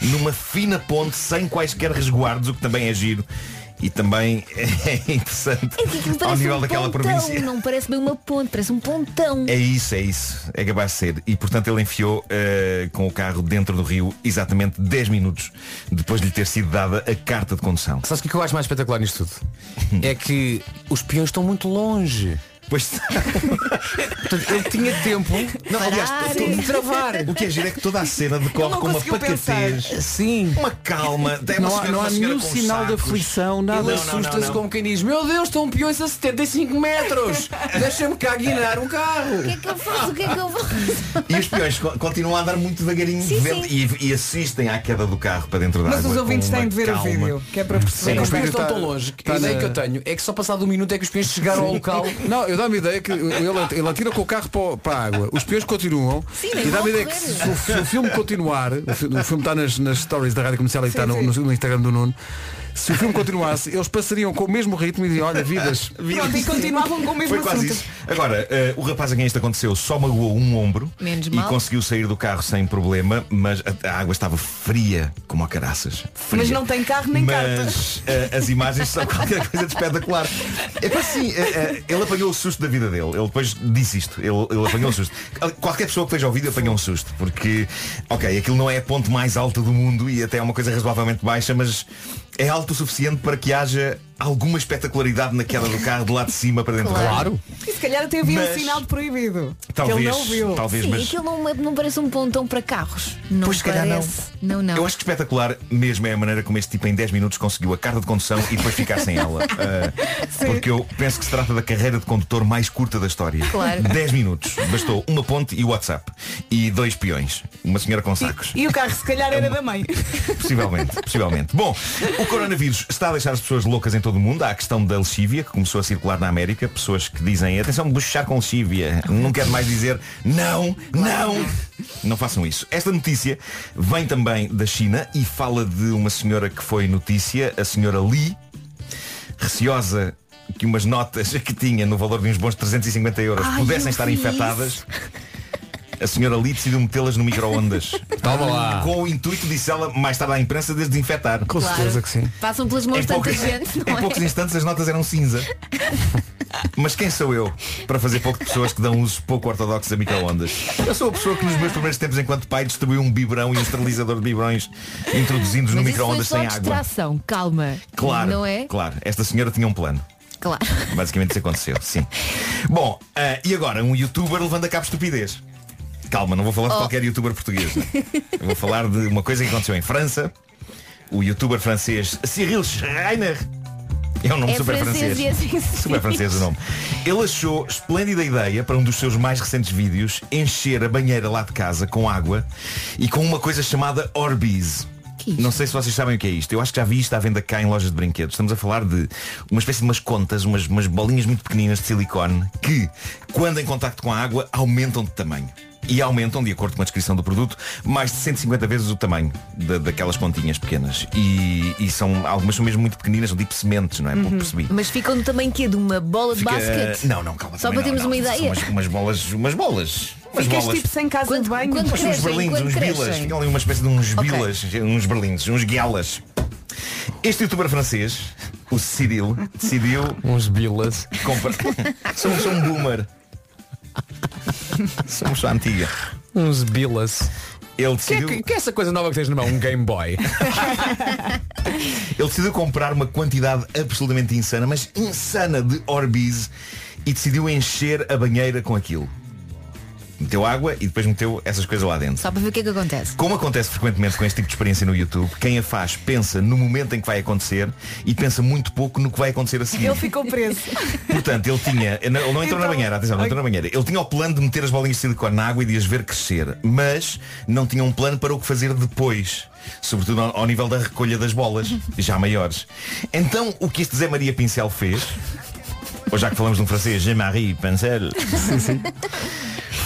Speaker 18: Numa fina ponte, sem quaisquer resguardos, o que também é giro. E também é interessante
Speaker 6: É que aquilo
Speaker 18: ao
Speaker 6: parece
Speaker 18: nível
Speaker 6: um
Speaker 18: daquela
Speaker 6: pontão,
Speaker 18: província.
Speaker 6: Não parece bem uma ponte, parece um pontão.
Speaker 18: É isso, é isso. É capaz de ser. E portanto ele enfiou eh, com o carro dentro do rio exatamente 10 minutos depois de lhe ter sido dada a carta de condução.
Speaker 8: Sabes o que é que eu acho mais espetacular nisto tudo? É que os peões estão muito longe.
Speaker 18: Pois está.
Speaker 8: Portanto, ele tinha tempo. Não, aliás,
Speaker 6: Parar.
Speaker 8: tudo de travar.
Speaker 18: O que é giro é que toda a cena decorre com uma pacatez.
Speaker 8: Sim.
Speaker 18: Uma calma. Tem uma
Speaker 8: não há,
Speaker 18: senhora-
Speaker 8: não
Speaker 18: uma
Speaker 8: há
Speaker 18: senhora
Speaker 8: nenhum
Speaker 18: com
Speaker 8: sinal de
Speaker 18: sacos.
Speaker 8: aflição. Nada
Speaker 18: Não, não, não,
Speaker 8: assusta-se
Speaker 18: não.
Speaker 8: como quem diz Meu Deus, estão peões a 75 metros. Deixa-me cá guinar um carro.
Speaker 6: O que é que eu faço? O que é que eu faço?
Speaker 18: E os peões co- continuam a andar muito devagarinho
Speaker 6: Sim,
Speaker 18: vendo- E, e assistem à queda do carro para dentro da
Speaker 2: Mas
Speaker 18: água.
Speaker 2: os
Speaker 18: com
Speaker 2: ouvintes
Speaker 18: uma
Speaker 2: têm de ver
Speaker 18: calma.
Speaker 2: o vídeo, que é para
Speaker 8: É
Speaker 2: perceber.
Speaker 8: que os
Speaker 2: como
Speaker 8: peões
Speaker 2: é
Speaker 8: estão
Speaker 2: que
Speaker 8: tão longe.
Speaker 4: tá
Speaker 8: a ideia
Speaker 4: na-
Speaker 8: que eu tenho é que só passado um minuto é que os peões chegaram ao local.
Speaker 4: Não, eu dá-me a ideia que ele, ele atira com o carro para, o- para a água. Os peões continuam.
Speaker 8: Sim, nem
Speaker 4: e dá-me a
Speaker 8: vão
Speaker 4: ideia que se,
Speaker 8: correr.
Speaker 4: o- se o filme continuar, o fi- o filme está nas, nas stories da Rádio Comercial e está no, no- no Instagram do Nuno. Se o filme continuasse, eles passariam com o mesmo ritmo e diriam, olha, vidas.
Speaker 2: Pronto, e continuavam com o mesmo
Speaker 18: Foi quase
Speaker 2: assunto.
Speaker 18: isso. Agora, eh, o rapaz a quem isto aconteceu só magoou um ombro
Speaker 2: Menos
Speaker 18: e
Speaker 2: mal.
Speaker 18: conseguiu sair do carro sem problema, mas a, a água estava fria como a caraças. Fria.
Speaker 2: Mas não tem carro nem carta.
Speaker 18: Mas eh, as imagens são qualquer coisa de espetacular. É para assim, eh, eh, ele apanhou o susto da vida dele. Ele depois disse isto. Ele, ele apanhou o susto. Qualquer pessoa que esteja ouvido apanhou um susto. Porque, ok, aquilo não é a ponte mais alta do mundo e até é uma coisa razoavelmente baixa, mas é alto o suficiente para que haja alguma espetacularidade na queda do carro de lá de cima para dentro do carro.
Speaker 2: E se calhar até havia um
Speaker 18: Mas-
Speaker 2: sinal de proibido. que
Speaker 18: Talvez,
Speaker 2: ele não viu.
Speaker 18: talvez,
Speaker 6: Sim,
Speaker 18: mas-
Speaker 6: aquilo não, não parece um pontão para carros. Não
Speaker 18: Pois, se calhar, não.
Speaker 6: parece. Não, não.
Speaker 18: Eu acho que espetacular mesmo é a maneira como este tipo em 10 minutos conseguiu a carta de condução e depois ficar sem ela. Ah, porque eu penso que se trata da carreira de condutor mais curta da história.
Speaker 2: Claro.
Speaker 18: 10 minutos. Bastou uma ponte e o WhatsApp. E dois peões. Uma senhora com sacos.
Speaker 2: E o carro se calhar era da mãe.
Speaker 18: Possivelmente, possivelmente. Bom, o coronavírus está a deixar as pessoas loucas em todo o mundo. Há a questão da lexívia, que começou a circular na América. Pessoas que dizem, atenção, buchar com lexívia. Não quero mais dizer, não, não. Não façam isso. Esta notícia vem também da China e fala de uma senhora que foi notícia, a senhora Li, receosa que umas notas que tinha no valor de uns bons 350 euros
Speaker 6: Ai,
Speaker 18: pudessem
Speaker 6: eu
Speaker 18: estar
Speaker 6: vi
Speaker 18: infectadas. a senhora Lee decidiu metê-las no micro-ondas.
Speaker 8: Toma lá.
Speaker 18: Com o intuito, disse ela, mais tarde à imprensa, de as desinfetar.
Speaker 4: Com
Speaker 6: Claro. certeza que sim. Passam pelas mãos
Speaker 18: Em
Speaker 6: tanta
Speaker 18: poucos-
Speaker 6: gente, não
Speaker 18: Em
Speaker 6: é?
Speaker 18: poucos instantes as notas eram cinza. Mas quem sou eu para fazer pouco de pessoas que dão usos pouco ortodoxos a microondas? Eu sou a pessoa que nos meus primeiros tempos enquanto pai distribuiu um biberão e um esterilizador de biberões introduzidos no
Speaker 14: Mas isso foi
Speaker 18: microondas
Speaker 14: só
Speaker 18: sem água.
Speaker 14: distração, calma.
Speaker 18: Claro,
Speaker 14: Não é?
Speaker 18: claro. Esta senhora tinha um plano.
Speaker 14: Claro.
Speaker 18: Basicamente isso aconteceu, sim. Bom, ah, e agora um youtuber levando a cabo estupidez. Calma, não vou falar de
Speaker 14: Oh.
Speaker 18: qualquer youtuber português. né? Eu vou falar de uma coisa que aconteceu em França. O youtuber francês Cyril Schreiner. É um nome
Speaker 6: É
Speaker 18: super
Speaker 6: francês
Speaker 18: francês.
Speaker 6: e assim se
Speaker 18: super
Speaker 6: diz.
Speaker 18: é francês o nome. Ele achou esplêndida ideia para um dos seus mais recentes vídeos encher a banheira lá de casa com água e com uma coisa chamada Orbeez. Não sei se vocês sabem o que é isto. Eu acho que já vi isto à venda cá em lojas de brinquedos. Estamos a falar de uma espécie de umas contas, umas, umas bolinhas muito pequeninas de silicone que, quando em contacto com a água, aumentam de tamanho. E aumentam, de acordo com a descrição do produto, mais de 150 vezes o tamanho da- daquelas continhas pequenas. E, e são, algumas são mesmo muito pequeninas, são tipo sementes, não é? Pelo que
Speaker 14: Uhum.
Speaker 18: percebi.
Speaker 14: Mas ficam do tamanho que de uma bola de
Speaker 18: Fica-
Speaker 14: basquete.
Speaker 18: Não, não, calma.
Speaker 14: Só para
Speaker 18: também
Speaker 14: termos
Speaker 18: não, não.
Speaker 14: uma
Speaker 18: São
Speaker 14: ideia.
Speaker 18: Umas, umas bolas. Umas bolas. Umas
Speaker 2: Ficas
Speaker 18: bolas.
Speaker 2: tipo sem casa de banho.
Speaker 18: Mas uns berlindes, uns bilas. Ficam ali uma espécie de uns bilas, uns berlindes, uns guialas. Este youtuber francês, o Cyril, decidiu. uns bilas. Compra... Somos um boomer. Somos a antiga.
Speaker 8: Uns bilas.
Speaker 18: Ele
Speaker 8: que, é,
Speaker 18: decidiu-
Speaker 8: que- que é essa coisa nova que tens na mão? Um Game Boy.
Speaker 18: Ele decidiu comprar uma quantidade absolutamente insana, mas insana de Orbeez e decidiu encher a banheira com aquilo. Meteu água e depois meteu essas coisas lá dentro.
Speaker 14: Só para ver o que é que acontece.
Speaker 18: Como acontece frequentemente com este tipo de experiência no YouTube, quem a faz pensa no momento em que vai acontecer e pensa muito pouco no que vai acontecer a seguir.
Speaker 2: Ele ficou preso.
Speaker 18: Portanto, ele tinha. Ele não entrou na
Speaker 2: Então-
Speaker 18: banheira, atenção, não entrou na banheira. Ele tinha o plano de meter as bolinhas de silicone na água e de as ver crescer, mas não tinha um plano para o que fazer depois. Sobretudo ao, ao nível da recolha das bolas, já maiores. Então, o que este Zé Maria Pincel fez, ou já que falamos de um francês, Jean-Marie Pincel,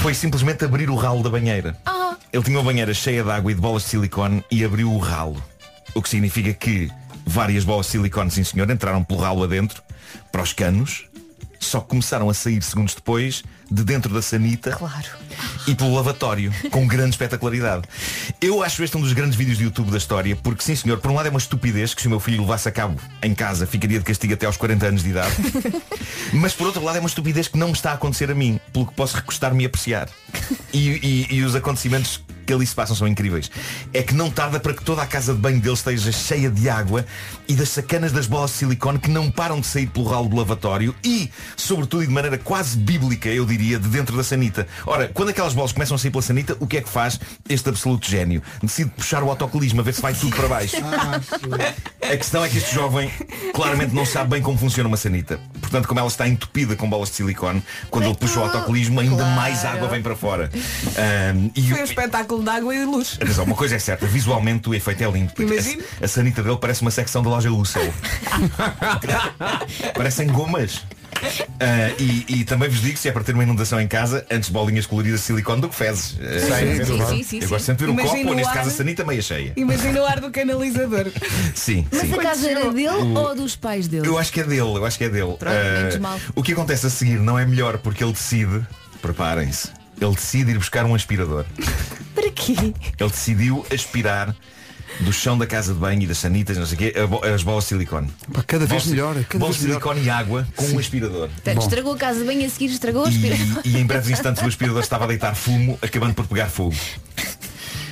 Speaker 18: foi simplesmente abrir o ralo da banheira.
Speaker 6: Ah.
Speaker 18: Ele tinha uma banheira cheia de água e de bolas de silicone e abriu o ralo. O que significa que várias bolas de silicone, sim senhor, entraram pelo ralo adentro, para os canos, só que começaram a sair segundos depois, de dentro da sanita e pelo lavatório, com grande espetacularidade. Eu acho este um dos grandes vídeos de YouTube da história, porque sim senhor, por um lado é uma estupidez que se o meu filho levasse a cabo em casa, ficaria de castigo até aos 40 anos de idade. Mas por outro lado é uma estupidez que não me está a acontecer a mim, pelo que posso recostar-me e apreciar. E, e- e os acontecimentos que ali se passam são incríveis. É que não tarda para que toda a casa de banho dele esteja cheia de água e das sacanas das bolas de silicone que não param de sair pelo ralo do lavatório e, sobretudo e de maneira quase bíblica, eu diria, de dentro da sanita. Ora, quando aquelas bolas começam a sair pela sanita, o que é que faz este absoluto gênio? Decide puxar o autocolismo a ver se vai tudo para baixo. A questão é que este jovem claramente não sabe bem como funciona uma sanita. Portanto, como ela está entupida com bolas de silicone, quando ele puxa o autocolismo, ainda mais água vem para fora. Ahm, e
Speaker 2: Foi um espetáculo de água e luz.
Speaker 18: Atenção, uma coisa é certa, visualmente o efeito é lindo.
Speaker 2: Imagino.
Speaker 18: A, a sanita dele parece uma secção da loja Lussel. Parecem gomas. Ah, e, e também vos digo, se é para ter uma inundação em casa, antes bolinhas coloridas de silicone do que fezes. Ah,
Speaker 2: Sim,
Speaker 18: sem
Speaker 2: sim,
Speaker 18: dúvida.
Speaker 2: sim, sim,
Speaker 18: Eu gosto sempre de ver
Speaker 2: sim.
Speaker 18: um
Speaker 2: Imagino
Speaker 18: copo, ou neste
Speaker 2: o
Speaker 18: caso a
Speaker 2: ar.
Speaker 18: sanita meia cheia.
Speaker 2: Imagina o ar do canalizador.
Speaker 18: Sim,
Speaker 14: Mas
Speaker 18: sim.
Speaker 14: a casa era dele
Speaker 18: O-
Speaker 14: ou dos pais dele?
Speaker 18: Eu acho que é dele, eu acho que é dele.
Speaker 14: menos
Speaker 18: Ah,
Speaker 14: mal.
Speaker 18: o que acontece a seguir não é melhor porque ele decide, preparem-se, ele decide ir buscar um aspirador.
Speaker 14: Para quê?
Speaker 18: Ele decidiu aspirar do chão da casa de banho e das sanitas, não sei o quê, a bo- as bolas de silicone.
Speaker 4: cada vez
Speaker 18: Bolas de-
Speaker 4: melhor, cada
Speaker 18: bolas
Speaker 4: vez
Speaker 18: de silicone e água com um aspirador.
Speaker 14: Portanto, estragou a casa bem a seguir, estragou a aspiradora.
Speaker 18: E, e em breves instantes o aspirador estava a deitar fumo, acabando por pegar fogo.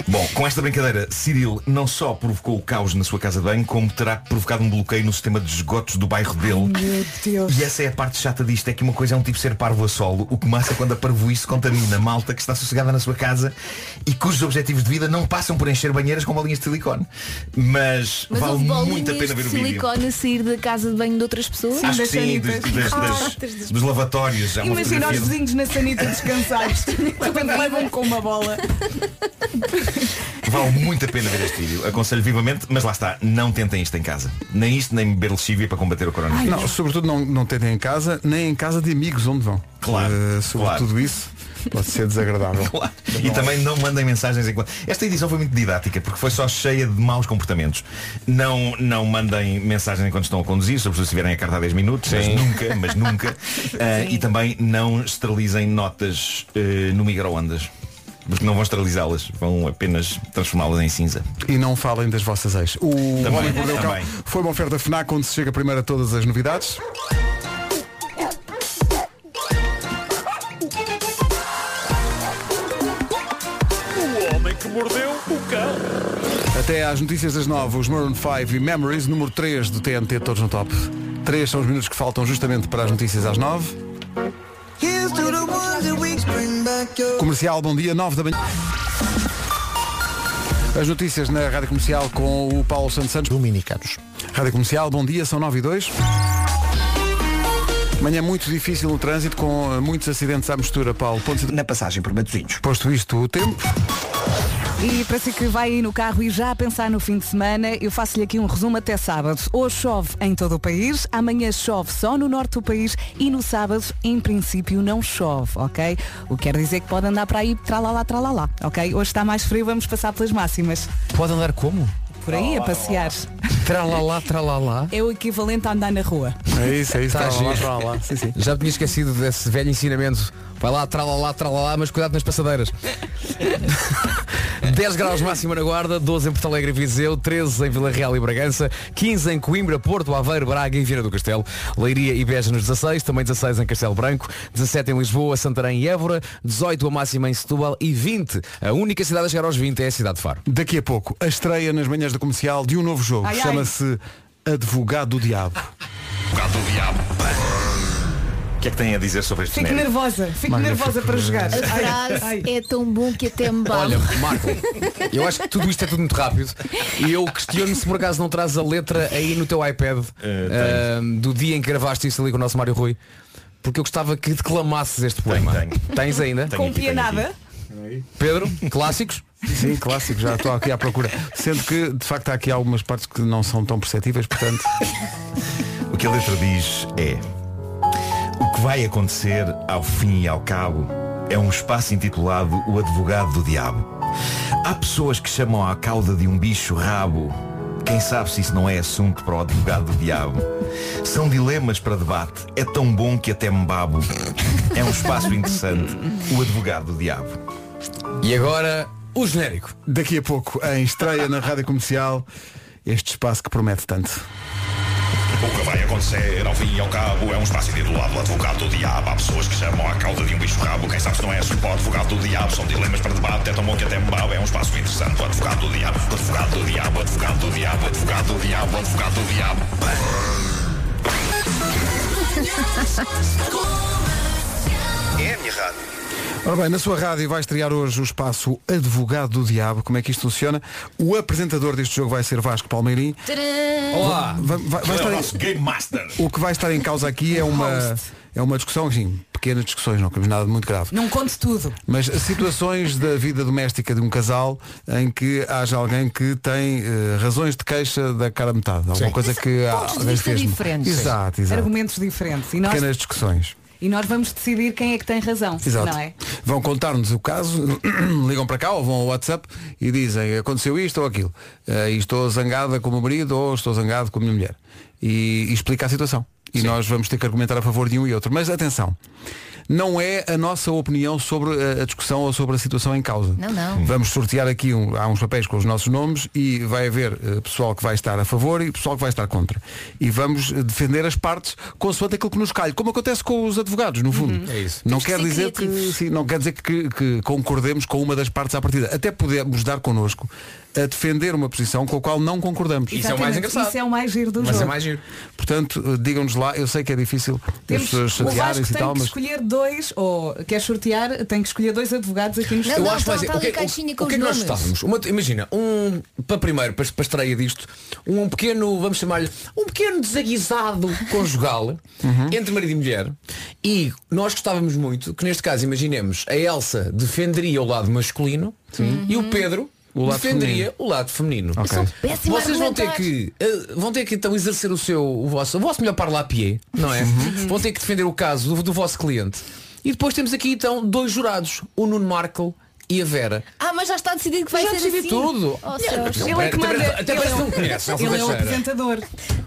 Speaker 18: Bom, com esta brincadeira, Cyril não só provocou o caos na sua casa de banho, como terá provocado um bloqueio no sistema de esgotos do bairro dele.
Speaker 2: Meu Deus.
Speaker 18: E essa é a parte chata disto, é que uma coisa é um tipo ser parvo a solo, o que massa é quando a parvoíce contamina a malta que está sossegada na sua casa e cujos objetivos de vida não passam por encher banheiras com bolinhas de silicone. Mas,
Speaker 14: Mas
Speaker 18: vale
Speaker 14: houve
Speaker 18: muito a
Speaker 14: bolinhas
Speaker 18: pena
Speaker 14: de
Speaker 18: ver o vídeo.
Speaker 14: silicone a sair da casa de banho de outras pessoas?
Speaker 18: Acho que sim, dos, das- das- dos lavatórios. Há uma
Speaker 2: Imagina os
Speaker 18: fotografia de-
Speaker 2: vizinhos na sanita descansados. De repente levam com uma bola.
Speaker 18: Vale muito a pena ver este vídeo. Aconselho vivamente, mas lá está, não tentem isto em casa. Nem isto, nem beber lexívia para combater o coronavírus.
Speaker 4: não, sobretudo não, não tentem em casa, nem em casa de amigos onde vão.
Speaker 18: Claro,
Speaker 4: Eh, sobre
Speaker 18: claro.
Speaker 4: tudo isso, pode ser desagradável.
Speaker 18: Claro. E também não mandem mensagens enquanto. Esta edição foi muito didática porque foi só cheia de maus comportamentos. Não, não mandem mensagens enquanto estão a conduzir, sobretudo se tiverem a carta há 10 minutos, mas
Speaker 8: Sim.
Speaker 18: nunca, mas nunca. Ah, e também não esterilizem notas eh, no eh, microondas. Porque não vão esterilizá-las, vão apenas transformá-las em cinza.
Speaker 4: E não falem das vossas ex. O
Speaker 18: Também,
Speaker 4: Homem que Mordeu o Cão
Speaker 18: também.
Speaker 4: foi uma oferta FNAC onde se chega primeiro a todas as novidades.
Speaker 20: O homem que mordeu o cão.
Speaker 4: Até às notícias das nove, os Maroon 5 e Memories, número 3 do TNT, todos no top. 3 são os minutos que faltam justamente para as notícias às 9. Comercial, bom dia, 9 da manhã. As notícias na Rádio Comercial com o Paulo Santos Santos.
Speaker 3: Dominicanos.
Speaker 4: Rádio Comercial, bom dia, são 9 e 2. Manhã muito difícil o trânsito, com eh, muitos acidentes à mistura, Paulo.
Speaker 5: Na passagem por Matosinhos.
Speaker 4: Posto isto, o tempo.
Speaker 2: E para si que vai aí no carro e já a pensar no fim de semana, eu faço-lhe aqui um resumo até sábado. Hoje chove em todo o país, amanhã chove só no norte do país e no sábado, em princípio, não chove, ok? O que quer dizer que pode andar para aí tralalá, tralalá, ok? Hoje está mais frio, vamos passar pelas máximas.
Speaker 11: Pode andar como?
Speaker 2: Por aí, a passear.
Speaker 11: Tralalá, tralalá.
Speaker 2: É o equivalente a andar na rua.
Speaker 4: É isso, é isso,
Speaker 11: Tá
Speaker 4: tralalá,
Speaker 11: giro.
Speaker 4: tralalá. Sim, sim.
Speaker 11: Já tinha esquecido desse velho ensinamento. Vai lá, tralalá, tralalá, mas cuidado nas passadeiras. 10 graus máxima na Guarda, 12 em Porto Alegre e Viseu, 13 em Vila Real e Bragança, 15 em Coimbra, Porto, Aveiro, Braga e Vieira do Castelo, Leiria e Beja nos 16, também 16 em Castelo Branco, 17 em Lisboa, Santarém e Évora, 18 a máxima em Setúbal e 20. A única cidade a chegar aos 20 é a cidade de Faro.
Speaker 4: Daqui a pouco, a estreia nas manhãs da comercial de um novo jogo.
Speaker 11: Ai, ai.
Speaker 4: Chama-se Advogado do Diabo.
Speaker 18: Advogado do diabo. O que é que têm a dizer sobre este
Speaker 2: Fico
Speaker 18: genérico?
Speaker 2: nervosa, fico
Speaker 18: Magda,
Speaker 2: nervosa
Speaker 18: fico-
Speaker 2: para jogar.
Speaker 18: A
Speaker 2: Ai,
Speaker 14: frase
Speaker 2: ai.
Speaker 14: é tão bom que até me bate.
Speaker 11: Olha, Marco, eu acho que tudo isto é tudo muito rápido e eu questiono se por acaso não trazes a letra aí no teu iPad ah, do dia em que gravaste isso ali com o nosso Mário Rui, porque eu gostava que declamasses este poema. Tens ainda?
Speaker 2: Com pianada?
Speaker 11: Pedro, clássicos?
Speaker 4: Sim, clássico, já estou aqui à procura. Sendo que, de facto, há aqui algumas partes que não são tão perceptíveis, portanto.
Speaker 18: O que a letra diz é O que vai acontecer ao fim e ao cabo é um espaço intitulado O Advogado do Diabo. Há pessoas que chamam à cauda de um bicho rabo. Quem sabe se isso não é assunto para o advogado do diabo. São dilemas para debate. É tão bom que até me babo. É um espaço interessante. O advogado do diabo.
Speaker 11: E agora, o genérico.
Speaker 4: Daqui a pouco, em estreia na rádio comercial, este espaço que promete tanto.
Speaker 21: O que vai acontecer ao fim e ao cabo é um espaço intitulado Advogado do Diabo. Há pessoas que chamam à cauda de um bicho rabo. Quem sabe se não é assunto para o Advogado do Diabo. São dilemas para debate, é tão bom que até me babo. É um espaço interessante. O Advogado do Diabo, o Advogado do Diabo, o Advogado do Diabo, o Advogado do Diabo, o Advogado do Diabo. É a minha rádio.
Speaker 4: Ora bem, na sua rádio vai estrear hoje o espaço Advogado do Diabo. Como é que isto funciona? O apresentador deste jogo vai ser Vasco Palmeirim.
Speaker 11: Olá!
Speaker 4: Vai, vai- vai estar em-
Speaker 21: Game Master.
Speaker 4: o que vai estar em causa aqui é uma, é uma discussão, assim, pequenas discussões, não queremos nada de muito grave.
Speaker 2: Não conte tudo.
Speaker 4: Mas situações da vida doméstica de um casal em que haja alguém que tem eh, razões de queixa da cara a metade. Alguma
Speaker 2: Sim.
Speaker 4: coisa que há-
Speaker 2: Pontos de
Speaker 4: alguém
Speaker 2: vista
Speaker 4: fez.
Speaker 2: diferentes.
Speaker 4: Exato, exato.
Speaker 2: Argumentos diferentes. E nós,
Speaker 4: Pequenas discussões.
Speaker 2: e nós vamos decidir quem é que tem razão.
Speaker 4: Exato.
Speaker 2: Não é?
Speaker 4: Vão contar-nos o caso, ligam para cá ou vão ao WhatsApp e dizem aconteceu isto ou aquilo. Eh, e estou zangada com o meu marido ou estou zangado com a minha mulher. E, e explica a situação. E nós vamos ter que argumentar a favor de um e outro. Mas atenção, não é a nossa opinião sobre eh, a- a discussão ou sobre a situação em causa.
Speaker 14: Não, não.
Speaker 4: Vamos sortear aqui um- há uns papéis com os nossos nomes e vai haver eh, pessoal que vai estar a favor e pessoal que vai estar contra. E vamos eh, defender as partes consoante aquilo que nos calhe, como acontece com os advogados, no fundo. É isso. Não
Speaker 11: Temos que
Speaker 4: quer
Speaker 11: ser
Speaker 4: dizer que,
Speaker 11: criativos.
Speaker 4: sim, não quer dizer que, que concordemos com uma das partes à partida. Até podemos dar connosco a defender uma posição com a qual não concordamos.
Speaker 2: Exatamente. Isso é o mais giro do
Speaker 4: Mas é
Speaker 2: jogo.
Speaker 4: mais Portanto, eh, digam-nos lá, eu sei que é difícil as
Speaker 2: Temos,
Speaker 4: pessoas
Speaker 2: o Vasco
Speaker 4: chatearem-se
Speaker 2: tem
Speaker 4: e tal,
Speaker 2: que
Speaker 4: mas.
Speaker 2: escolher dois, ou quer sortear, tem que escolher dois advogados aqui no
Speaker 11: Eu
Speaker 2: estúdio.
Speaker 11: acho mais- o que, o, o que é que nós gostávamos? Uma- imagina, um para primeiro, para, para a estreia disto, um pequeno, vamos chamar-lhe, um pequeno desaguisado conjugal
Speaker 4: Uhum.
Speaker 11: entre marido e mulher. E nós gostávamos muito que neste caso, imaginemos, a Elsa defenderia o lado masculino e o Pedro
Speaker 4: O lado
Speaker 11: defenderia
Speaker 4: feminino.
Speaker 11: o lado feminino.
Speaker 4: Eu sou
Speaker 14: péssima a
Speaker 11: Vocês vão ter
Speaker 14: argumentar.
Speaker 11: que eh, vão ter que então exercer o seu o vosso o vosso melhor parla-pied, não é?
Speaker 14: Uhum.
Speaker 11: Vão ter que defender o caso do, do vosso cliente. E depois temos aqui então dois jurados, o Nuno Markle e a Vera.
Speaker 14: Ah, mas já está decidido que vai
Speaker 11: Já
Speaker 14: ser
Speaker 11: decidi
Speaker 14: assim.
Speaker 11: tudo.
Speaker 14: Oh,
Speaker 11: Yeah,
Speaker 14: céus.
Speaker 11: é Ele é que Até manda- parece- até ele parece é que não o- conhece, Elsa
Speaker 2: Ele é o
Speaker 11: Teixeira.
Speaker 2: apresentador.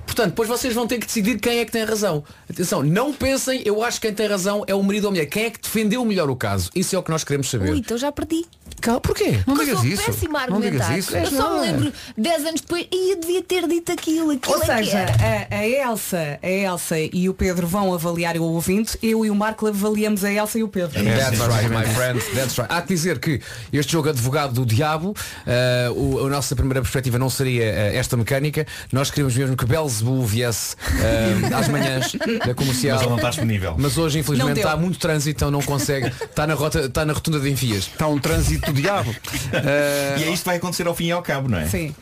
Speaker 11: Portanto, depois vocês vão ter que decidir quem é que tem razão. Atenção, não pensem, eu acho que quem tem razão é o marido ou a mulher. Quem é que defendeu melhor o caso? Isso é o que nós queremos saber.
Speaker 14: Ui, então já perdi.
Speaker 11: Calma, porquê?
Speaker 14: Porque eu sou péssima a
Speaker 11: Não
Speaker 14: argumentar. É,
Speaker 11: digas isso.
Speaker 14: Eu
Speaker 11: És
Speaker 14: só
Speaker 11: não.
Speaker 14: me lembro 10 anos depois e eu devia ter dito aquilo, aquilo
Speaker 2: é. Ou
Speaker 14: é que
Speaker 2: seja,
Speaker 14: era.
Speaker 2: a, a Elsa, a Elsa e o Pedro vão avaliar o ouvinte, eu e o Marco avaliamos a Elsa e o Pedro.
Speaker 18: É,
Speaker 11: That's right, my friend. That's right. Há que dizer que este jogo advogado do diabo, eh, o, a nossa primeira perspectiva não seria eh, esta mecânica. Nós queríamos mesmo que Belzebu viesse eh, às manhãs da comercial.
Speaker 18: Mas ele não está disponível.
Speaker 11: Mas hoje,
Speaker 18: Não
Speaker 11: infelizmente,
Speaker 18: deu.
Speaker 11: está muito trânsito, então não consegue. Está na, rota, está na rotunda de enfias. Eh,
Speaker 4: Está um trânsito do diabo.
Speaker 18: E é isto que vai acontecer ao fim e ao cabo, não é?
Speaker 2: Sim.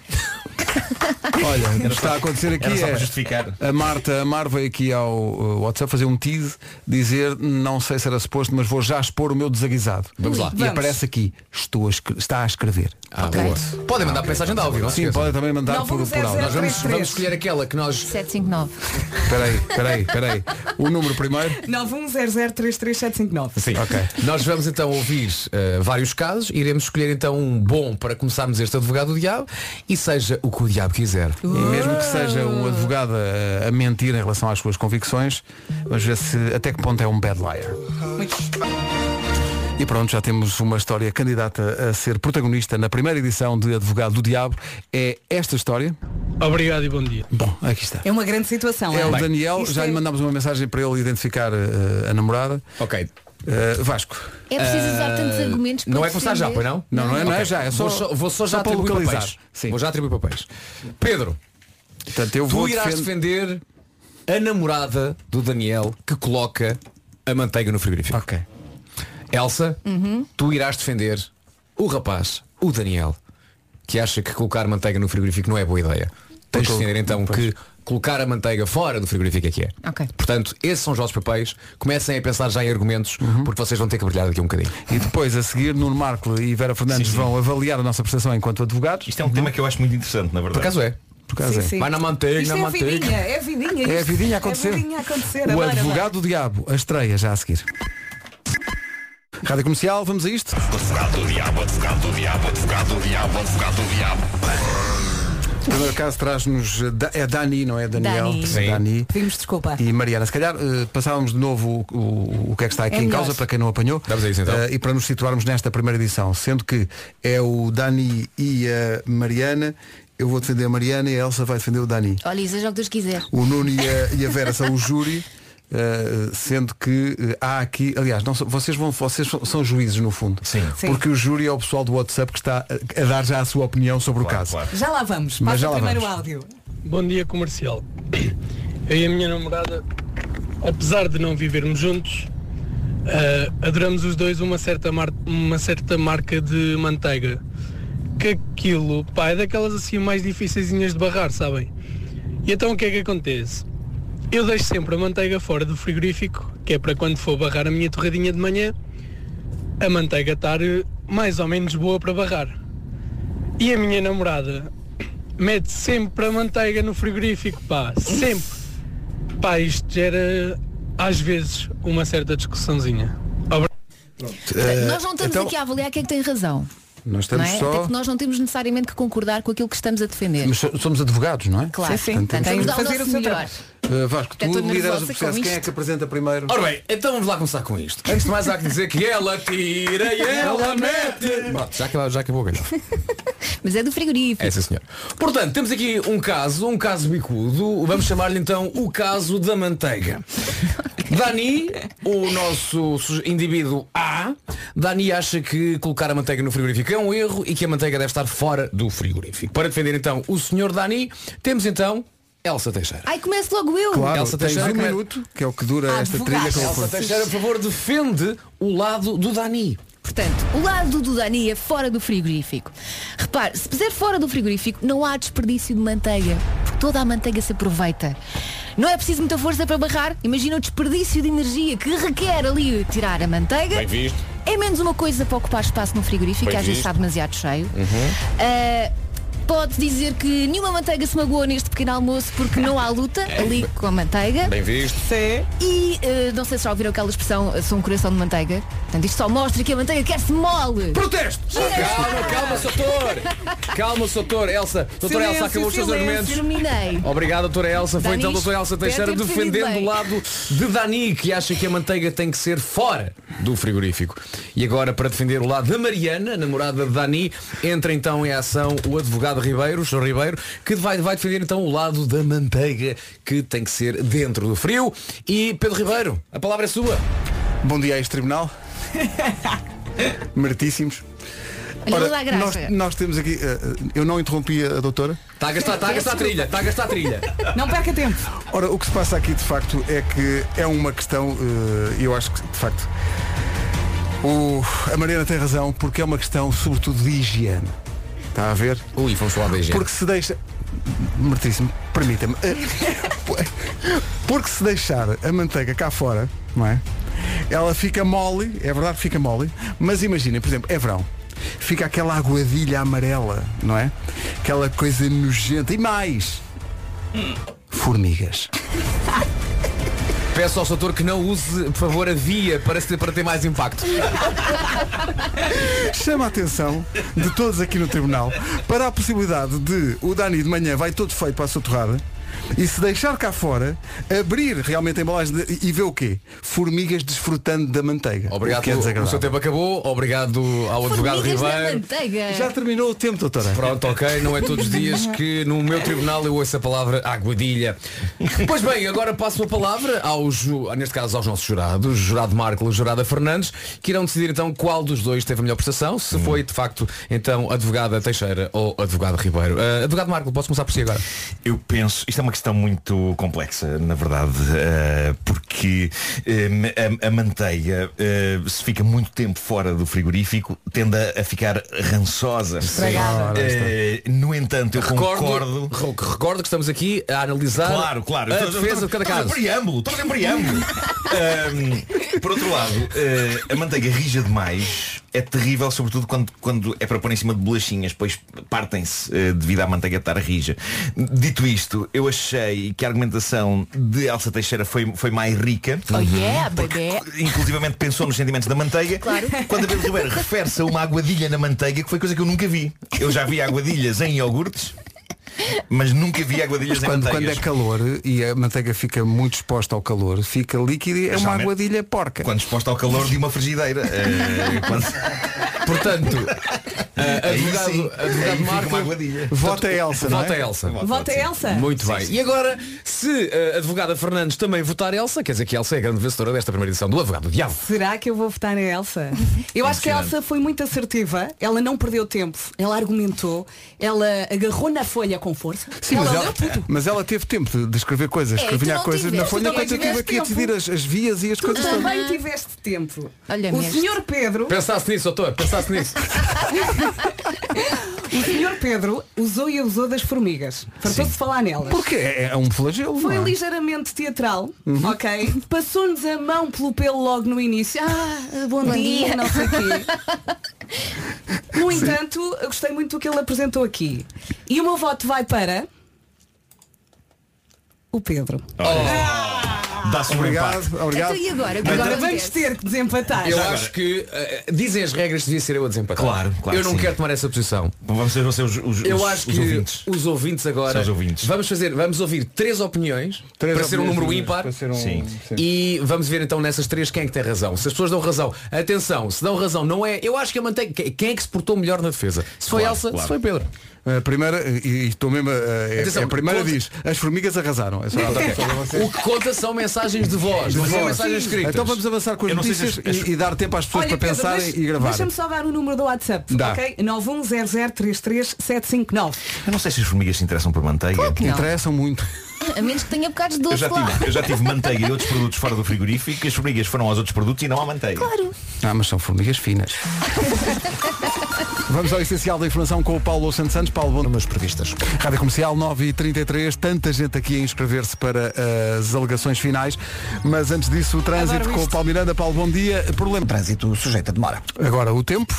Speaker 4: Olha, o que
Speaker 18: Era
Speaker 4: está
Speaker 18: só-
Speaker 4: a acontecer aqui
Speaker 18: era só para
Speaker 4: é
Speaker 18: justificar.
Speaker 4: a Marta Amar veio aqui ao uh, WhatsApp fazer um tease, dizer não sei se era suposto, mas vou já expor o meu desaguisado.
Speaker 11: Vamos lá.
Speaker 4: E
Speaker 11: Vamos.
Speaker 4: aparece aqui, estou a escre- está a escrever.
Speaker 11: Ah, boa. Podem mandar mensagem de áudio, não se
Speaker 4: Sim,
Speaker 11: esqueçam.
Speaker 4: podem também mandar por, por
Speaker 2: um
Speaker 4: áudio.
Speaker 11: Nós vamos, vamos escolher aquela que nós.
Speaker 14: 759.
Speaker 4: Peraí, peraí, peraí. O número primeiro.
Speaker 2: 910033759.
Speaker 11: Sim. Nós vamos então ouvir eh, vários casos, iremos escolher então um bom para começarmos este advogado do diabo e seja o que o diabo quiser.
Speaker 4: E mesmo que seja um advogado a, a mentir em relação às suas convicções, vamos ver se até que ponto é um bad liar. E pronto, já temos uma história candidata a ser protagonista na primeira edição de Advogado do Diabo. É esta história.
Speaker 20: Obrigado e bom dia.
Speaker 4: Bom, aqui está.
Speaker 2: É uma grande situação.
Speaker 4: É o
Speaker 2: hein?
Speaker 4: Daniel,
Speaker 2: Isto
Speaker 4: já
Speaker 2: é-
Speaker 4: lhe mandámos uma mensagem para ele identificar eh, a namorada. Eh,
Speaker 11: Ok.
Speaker 4: Vasco.
Speaker 14: É preciso usar tantos argumentos para
Speaker 11: Não é começar já,
Speaker 14: defender.
Speaker 11: pois não?
Speaker 4: Não, não é, não é
Speaker 11: Ok.
Speaker 4: já, é só-
Speaker 11: vou só, vou só já
Speaker 4: só para
Speaker 11: atribuir
Speaker 4: localizar.
Speaker 11: papéis. Vou já atribuir papéis. Pedro,
Speaker 4: Portanto, eu
Speaker 11: tu
Speaker 4: vou
Speaker 11: irás
Speaker 4: defend-
Speaker 11: defender a namorada do Daniel que coloca a manteiga no frigorífico.
Speaker 4: Ok.
Speaker 11: Elsa,
Speaker 14: Uhum.
Speaker 11: tu irás defender o rapaz, o Daniel, que acha que colocar manteiga no frigorífico não é boa ideia. Tens de defender então que colocar a manteiga fora do frigorífico é que é.
Speaker 14: Ok.
Speaker 11: Portanto, esses são os vossos papéis. Comecem a pensar já em argumentos, porque vocês vão ter que brilhar daqui a um bocadinho.
Speaker 4: Uhum. E depois, a seguir, Nuno Marco e Vera Fernandes vão avaliar a nossa prestação enquanto advogados.
Speaker 18: Isto é um tema que eu acho muito interessante, na verdade.
Speaker 4: Por acaso
Speaker 11: é.
Speaker 4: Por acaso
Speaker 2: Sim,
Speaker 4: é.
Speaker 2: sim. Isto é vidinha, é vidinha.
Speaker 4: É a
Speaker 2: isto.
Speaker 4: vidinha a acontecer.
Speaker 2: É vidinha a acontecer.
Speaker 4: O
Speaker 2: Adoro,
Speaker 4: advogado do diabo, a estreia já a seguir. Rádio Comercial, vamos a isto?
Speaker 21: Advogado do diabo, advogado do diabo, advogado do diabo, advogado do diabo.
Speaker 4: O primeiro caso traz-nos eh, Da- é Dani, não é Daniel?
Speaker 2: Dani. Sim.
Speaker 4: Dani.
Speaker 2: Pedimos desculpa.
Speaker 4: E Mariana, se calhar eh, passávamos de novo o, o, o que é que está aqui
Speaker 2: É
Speaker 4: em
Speaker 2: melhor.
Speaker 4: causa para quem não apanhou
Speaker 11: Vamos a isso, então.
Speaker 4: Eh, e para nos situarmos nesta primeira edição, sendo que é o Dani e a Mariana, eu vou defender a Mariana e a Elsa vai defender o Dani.
Speaker 14: Olha, isso é o que Deus quiser.
Speaker 4: O Nuno e a, e a Vera são o júri, eh, sendo que eh, há aqui, aliás, não, são- vocês, vão, vocês são- são juízes no fundo. Sim.
Speaker 2: Sim.
Speaker 4: Porque o júri é o pessoal do WhatsApp que está a, a dar já a sua opinião sobre o caso.
Speaker 2: Já lá vamos.
Speaker 4: Mas
Speaker 2: Passa
Speaker 4: já
Speaker 2: o
Speaker 4: lá
Speaker 2: primeiro
Speaker 4: vamos.
Speaker 2: áudio.
Speaker 20: Bom dia comercial. Eu e a minha namorada, apesar de não vivermos juntos, eh, adoramos os dois uma certa, mar- uma certa marca de manteiga. Que aquilo, pá, é daquelas assim mais dificilzinhas de barrar, sabem? E então o que é que acontece? Eu deixo sempre a manteiga fora do frigorífico, que é para quando for barrar a minha torradinha de manhã, a manteiga estar eh, mais ou menos boa para barrar. E a minha namorada mete sempre a manteiga no frigorífico, pá, sempre. Pá, isto gera às vezes uma certa discussãozinha. Obri-
Speaker 14: Nós não estamos aqui a avaliar quem é que tem razão.
Speaker 4: Eh, Nós
Speaker 14: Não
Speaker 4: então, estamos
Speaker 14: é? Até
Speaker 4: só.
Speaker 14: porque nós não temos necessariamente que concordar com aquilo que estamos a defender.
Speaker 4: mas so- somos advogados, não é?
Speaker 14: Claro,
Speaker 4: Portanto,
Speaker 14: portanto, vamos
Speaker 4: temos-
Speaker 14: dar o
Speaker 2: fazer o
Speaker 14: nosso
Speaker 2: seu
Speaker 14: melhor.
Speaker 4: Eh, Vasco, tu
Speaker 14: Até estou
Speaker 4: lideras o
Speaker 14: nervosa com
Speaker 4: processo. Quem é
Speaker 14: isto.
Speaker 4: que apresenta primeiro?
Speaker 11: Ora bem, então vamos lá começar com isto. Antes de mais há que dizer que ela tira e ela mete. Pronto, já acabou, já acabou galhão.
Speaker 14: Mas é do frigorífico.
Speaker 11: É sim senhor. Portanto, temos aqui um caso, um caso bicudo, vamos chamar-lhe então o caso da manteiga. Dani, o nosso suje- indivíduo A, Dani acha que colocar a manteiga no frigorífico é um erro e que a manteiga deve estar fora do frigorífico. Para defender então o senhor Dani, temos então Elsa Teixeira.
Speaker 14: Ai, começo logo eu.
Speaker 4: Claro,
Speaker 11: Elsa
Speaker 4: tens
Speaker 11: Teixeira,
Speaker 4: um
Speaker 11: como é-
Speaker 4: minuto, que é o que dura
Speaker 14: Ah,
Speaker 4: esta
Speaker 14: advogados.
Speaker 4: trilha com
Speaker 11: Elsa Teixeira, por favor, defende É o lado do Dani.
Speaker 14: Portanto, o lado do Dani é fora do frigorífico. Repare, se puser fora do frigorífico, não há desperdício de manteiga, porque toda a manteiga se aproveita. Não é preciso muita força para barrar. Imagina o desperdício de energia que requer ali tirar a manteiga.
Speaker 22: Bem visto.
Speaker 14: É menos uma coisa para ocupar espaço no frigorífico,
Speaker 22: Bem
Speaker 14: que às vezes
Speaker 22: visto.
Speaker 4: Uhum.
Speaker 14: está demasiado cheio. Ah, Pode dizer que nenhuma manteiga se magoou neste pequeno almoço porque não há luta
Speaker 18: É.
Speaker 14: ali com a manteiga.
Speaker 11: Bem visto.
Speaker 14: Sim. E eh, não sei se já ouviram aquela expressão, eh, sou um coração de manteiga. Portanto, isto só mostra que a manteiga quer-se mole.
Speaker 11: Protesto! Calma, calma, Soutor! Calma, Soutor Elsa. Doutora Elsa acabou os seus argumentos.
Speaker 14: Terminei.
Speaker 11: Obrigado, doutora Elsa. Foi
Speaker 14: Dani,
Speaker 11: então a doutora Elsa
Speaker 14: espero
Speaker 11: Teixeira
Speaker 14: ter-te defendido
Speaker 11: defendendo
Speaker 14: bem.
Speaker 11: o lado de Dani, que acha que a manteiga tem que ser fora do frigorífico. E agora, para defender o lado da Mariana, a namorada de Dani, entra então em ação o advogado Ribeiro, o Sr. Ribeiro, que vai, vai defender então o lado da manteiga, que tem que ser dentro do frio. E Pedro Ribeiro, a palavra é sua.
Speaker 4: Bom dia a este tribunal. Martíssimos.
Speaker 14: Olha, toda a graça.
Speaker 4: nós, nós temos aqui. eh, eu não interrompi a, a doutora.
Speaker 11: Está Tá a gastar, está a gastar a trilha, está a gastar a trilha.
Speaker 2: Não perca tempo.
Speaker 4: Ora, o que se passa aqui de facto é que é uma questão, eh, eu acho que de facto. o- a Mariana tem razão, porque é uma questão sobretudo de higiene. Está a ver?
Speaker 11: Ui, vamos falar da higiene.
Speaker 4: Porque se deixa. Martíssimo, permita-me. Eh, Porque se deixar a manteiga cá fora, não é? Ela fica mole, é verdade que fica mole, mas imagina, por exemplo, é verão. Fica aquela aguadilha amarela, não é? Aquela coisa nojenta. E mais, formigas.
Speaker 11: Peço ao Soutor que não use, por favor, a via para, se- para ter mais impacto.
Speaker 4: Chama a atenção de todos aqui no tribunal para a possibilidade de o Dani de manhã vai todo feito para a sua torrada e se deixar cá fora, abrir realmente a embalagem de- e ver o quê? Formigas desfrutando da manteiga.
Speaker 11: Obrigado,
Speaker 4: O que é
Speaker 11: o seu
Speaker 4: desagradável.
Speaker 11: tempo acabou. Obrigado ao advogado
Speaker 14: Formigas na
Speaker 11: Ribeiro.
Speaker 14: manteiga.
Speaker 4: Já terminou o tempo, doutora.
Speaker 11: Pronto, ok, não é todos os dias que no meu tribunal eu ouço a palavra aguadilha. Pois bem, agora passo a palavra aos, ju- neste caso aos nossos jurados, jurado Marco e jurada Fernandes, que irão decidir então qual dos dois teve a melhor prestação, se foi de facto então advogada Teixeira ou advogado Ribeiro. Ah, advogado Marco, posso começar por si agora?
Speaker 18: Eu penso, isto é uma questão muito complexa, na verdade, eh, porque eh, a, a manteiga, eh, se fica muito tempo fora do frigorífico, tende a, a ficar rançosa.
Speaker 11: Estragada.
Speaker 18: Ora, eh, no entanto, eu concordo.
Speaker 11: Recordo, recordo que estamos aqui a analisar
Speaker 18: Claro, claro.
Speaker 11: a
Speaker 18: Estamos-
Speaker 11: defesa de cada
Speaker 18: estamos
Speaker 11: caso.
Speaker 18: em preâmbulo, estamos em preâmbulo. Ahm, por outro lado, eh, a manteiga rija demais é terrível, sobretudo quando, quando é para pôr em cima de bolachinhas, pois partem-se eh, devido à manteiga estar rija. Dito isto, eu achei que a argumentação de Elsa Teixeira foi, foi mais rica. Uhum.
Speaker 14: Oh yeah, bebê.
Speaker 18: Inclusivamente pensou nos sentimentos da manteiga
Speaker 14: Claro.
Speaker 18: Quando a Pedro Ribeiro refere-se a uma aguadilha na manteiga Que foi coisa que eu nunca vi Eu já vi aguadilhas em iogurtes Mas nunca vi aguadilhas
Speaker 4: Mas
Speaker 18: em
Speaker 4: quando, quando é
Speaker 18: manteigas
Speaker 4: calor e a manteiga fica muito exposta ao calor, fica líquida e é uma
Speaker 18: Geralmente,
Speaker 4: aguadilha porca.
Speaker 18: Quando exposta ao calor de uma frigideira. eh, quando-
Speaker 11: Portanto, eh,
Speaker 18: Aí
Speaker 11: advogado,
Speaker 18: sim, aí
Speaker 11: advogado
Speaker 18: fica uma
Speaker 11: Marco,
Speaker 18: aguadilha.
Speaker 4: Vota a Elsa, não é?
Speaker 11: Vota a Elsa.
Speaker 2: Vota a Elsa.
Speaker 11: Muito bem. E agora, se eh, a advogada Fernandes também votar Elsa, quer dizer que Elsa é a grande vencedora desta primeira edição do Advogado do Diabo.
Speaker 2: Será que eu vou votar na Elsa? Eu acho que a Elsa foi muito assertiva, ela não perdeu tempo, ela argumentou, ela agarrou na folha com força.
Speaker 4: Sim,
Speaker 2: ela
Speaker 4: mas
Speaker 2: deu
Speaker 4: ela,
Speaker 2: tudo.
Speaker 4: mas ela teve tempo de, de escrever coisas,
Speaker 2: É, tu
Speaker 4: escrevinhar
Speaker 2: não
Speaker 4: coisas na
Speaker 2: tiveste,
Speaker 4: folha,
Speaker 2: tu
Speaker 4: enquanto eu
Speaker 2: também
Speaker 4: tive aqui a
Speaker 2: tiveste
Speaker 4: decidir as, as vias e as
Speaker 2: Tu
Speaker 4: coisas todas.
Speaker 2: também tiveste tempo.
Speaker 14: Olha
Speaker 2: o
Speaker 14: mesmo.
Speaker 2: senhor Pedro,
Speaker 11: Pensasse nisso, doutor, pensasse nisso.
Speaker 2: o senhor Pedro usou e abusou das formigas. Fartou-se de falar nelas.
Speaker 4: Porque é, é um flagelo.
Speaker 2: Foi
Speaker 4: não Uhum. é?
Speaker 2: ligeiramente teatral, ok? Passou-nos a mão pelo pelo logo no início. Ah, bom,
Speaker 14: Bom
Speaker 2: dia,
Speaker 14: dia.
Speaker 2: não sei quê. No entanto, eu gostei muito do que ele apresentou aqui. E o meu voto vai para. O Pedro.
Speaker 18: Dá-se um empate.
Speaker 4: Obrigado, Ah, obrigado.
Speaker 14: Então, e agora? O que
Speaker 2: Agora
Speaker 14: agora
Speaker 2: vamos
Speaker 14: acontece?
Speaker 2: ter que desempatar.
Speaker 11: Eu acho que eh, dizem as regras devia ser eu a desempatar.
Speaker 18: Claro, claro
Speaker 11: Eu não
Speaker 18: que sim.
Speaker 11: quero tomar essa posição.
Speaker 18: Vamos ser, vão ser os, os,
Speaker 11: Eu
Speaker 18: os-
Speaker 11: acho
Speaker 18: os
Speaker 11: que
Speaker 18: ouvintes.
Speaker 11: os ouvintes agora
Speaker 18: São os ouvintes.
Speaker 11: vamos fazer, vamos ouvir três opiniões
Speaker 4: Três
Speaker 11: para ser um
Speaker 4: opiniões,
Speaker 11: número
Speaker 4: sim,
Speaker 11: ímpar
Speaker 4: para ser um-
Speaker 18: Sim.
Speaker 4: sim.
Speaker 11: e vamos ver então nessas três quem é que tem razão. Se as pessoas dão razão, atenção, se dão razão, não é. Eu acho que a manteiga. quem- Quem é que se portou melhor na defesa? Se foi
Speaker 18: Claro,
Speaker 11: Elsa,
Speaker 18: claro.
Speaker 11: se foi Pedro.
Speaker 4: A primeira, e e estou mesmo. a- é-
Speaker 11: Atenção,
Speaker 4: é a primeira
Speaker 11: conta-
Speaker 4: diz, as formigas arrasaram. É só-
Speaker 11: O que conta são mensagens de voz,
Speaker 4: De
Speaker 11: não são
Speaker 4: voz.
Speaker 11: mensagens escritas.
Speaker 4: Então vamos avançar com as
Speaker 18: Eu não sei se
Speaker 4: notícias
Speaker 18: as- as-
Speaker 4: e, e dar tempo às pessoas
Speaker 2: Olha,
Speaker 4: para
Speaker 2: Pedro,
Speaker 4: pensarem
Speaker 2: deixa-
Speaker 4: e gravar.
Speaker 2: Deixa-me só dar o número do WhatsApp,
Speaker 4: Dá.
Speaker 2: ok? 910033759.
Speaker 18: Eu não sei se as formigas se interessam por manteiga.
Speaker 14: Não.
Speaker 4: Interessam muito.
Speaker 14: A menos que tenha bocados de
Speaker 18: Eu
Speaker 14: doce
Speaker 18: já,
Speaker 14: lá.
Speaker 18: tive, eu já tive manteiga e outros produtos fora do frigorífico e as formigas foram aos outros produtos e não à manteiga.
Speaker 14: Claro.
Speaker 4: Ah, mas são formigas finas. Vamos ao essencial da informação com o Paulo Santos Santos. Paulo, bom
Speaker 3: Números previstas.
Speaker 4: Rádio Comercial 9h33, tanta gente aqui a inscrever-se para eh, as alegações finais, mas antes disso o trânsito
Speaker 2: Adoro
Speaker 4: com o
Speaker 2: isto.
Speaker 4: Paulo Miranda. Paulo, bom dia. Problema.
Speaker 5: Trânsito sujeito a demora.
Speaker 4: Agora o tempo.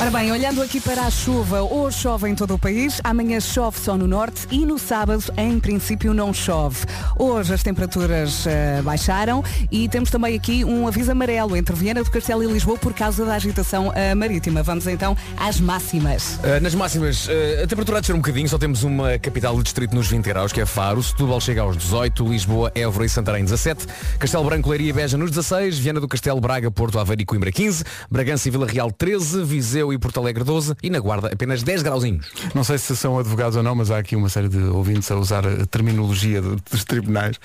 Speaker 2: Ora bem, olhando aqui para a chuva, hoje chove em todo o país, amanhã chove só no norte e no sábado, em princípio, não chove. Hoje as temperaturas eh, baixaram e temos também aqui um aviso amarelo entre Viena do Castelo e Lisboa por causa da agitação eh, marítima. Vamos então às máximas.
Speaker 8: Uh, nas máximas, uh, a temperatura há de ser um bocadinho, só temos uma capital de distrito nos 20 graus, que é Faro, Setúbal chega aos 18, Lisboa, Évora e Santarém 17, Castelo Branco, Leiria e Beja nos 16, Viana do Castelo, Braga, Porto, Aveiro e Coimbra 15, Bragança e Vila Real 13, Viseu e Porto Alegre 12 e na Guarda apenas 10 grauzinhos.
Speaker 4: Não sei se são advogados ou não, mas há aqui uma série de ouvintes a usar a terminologia de- dos tribunais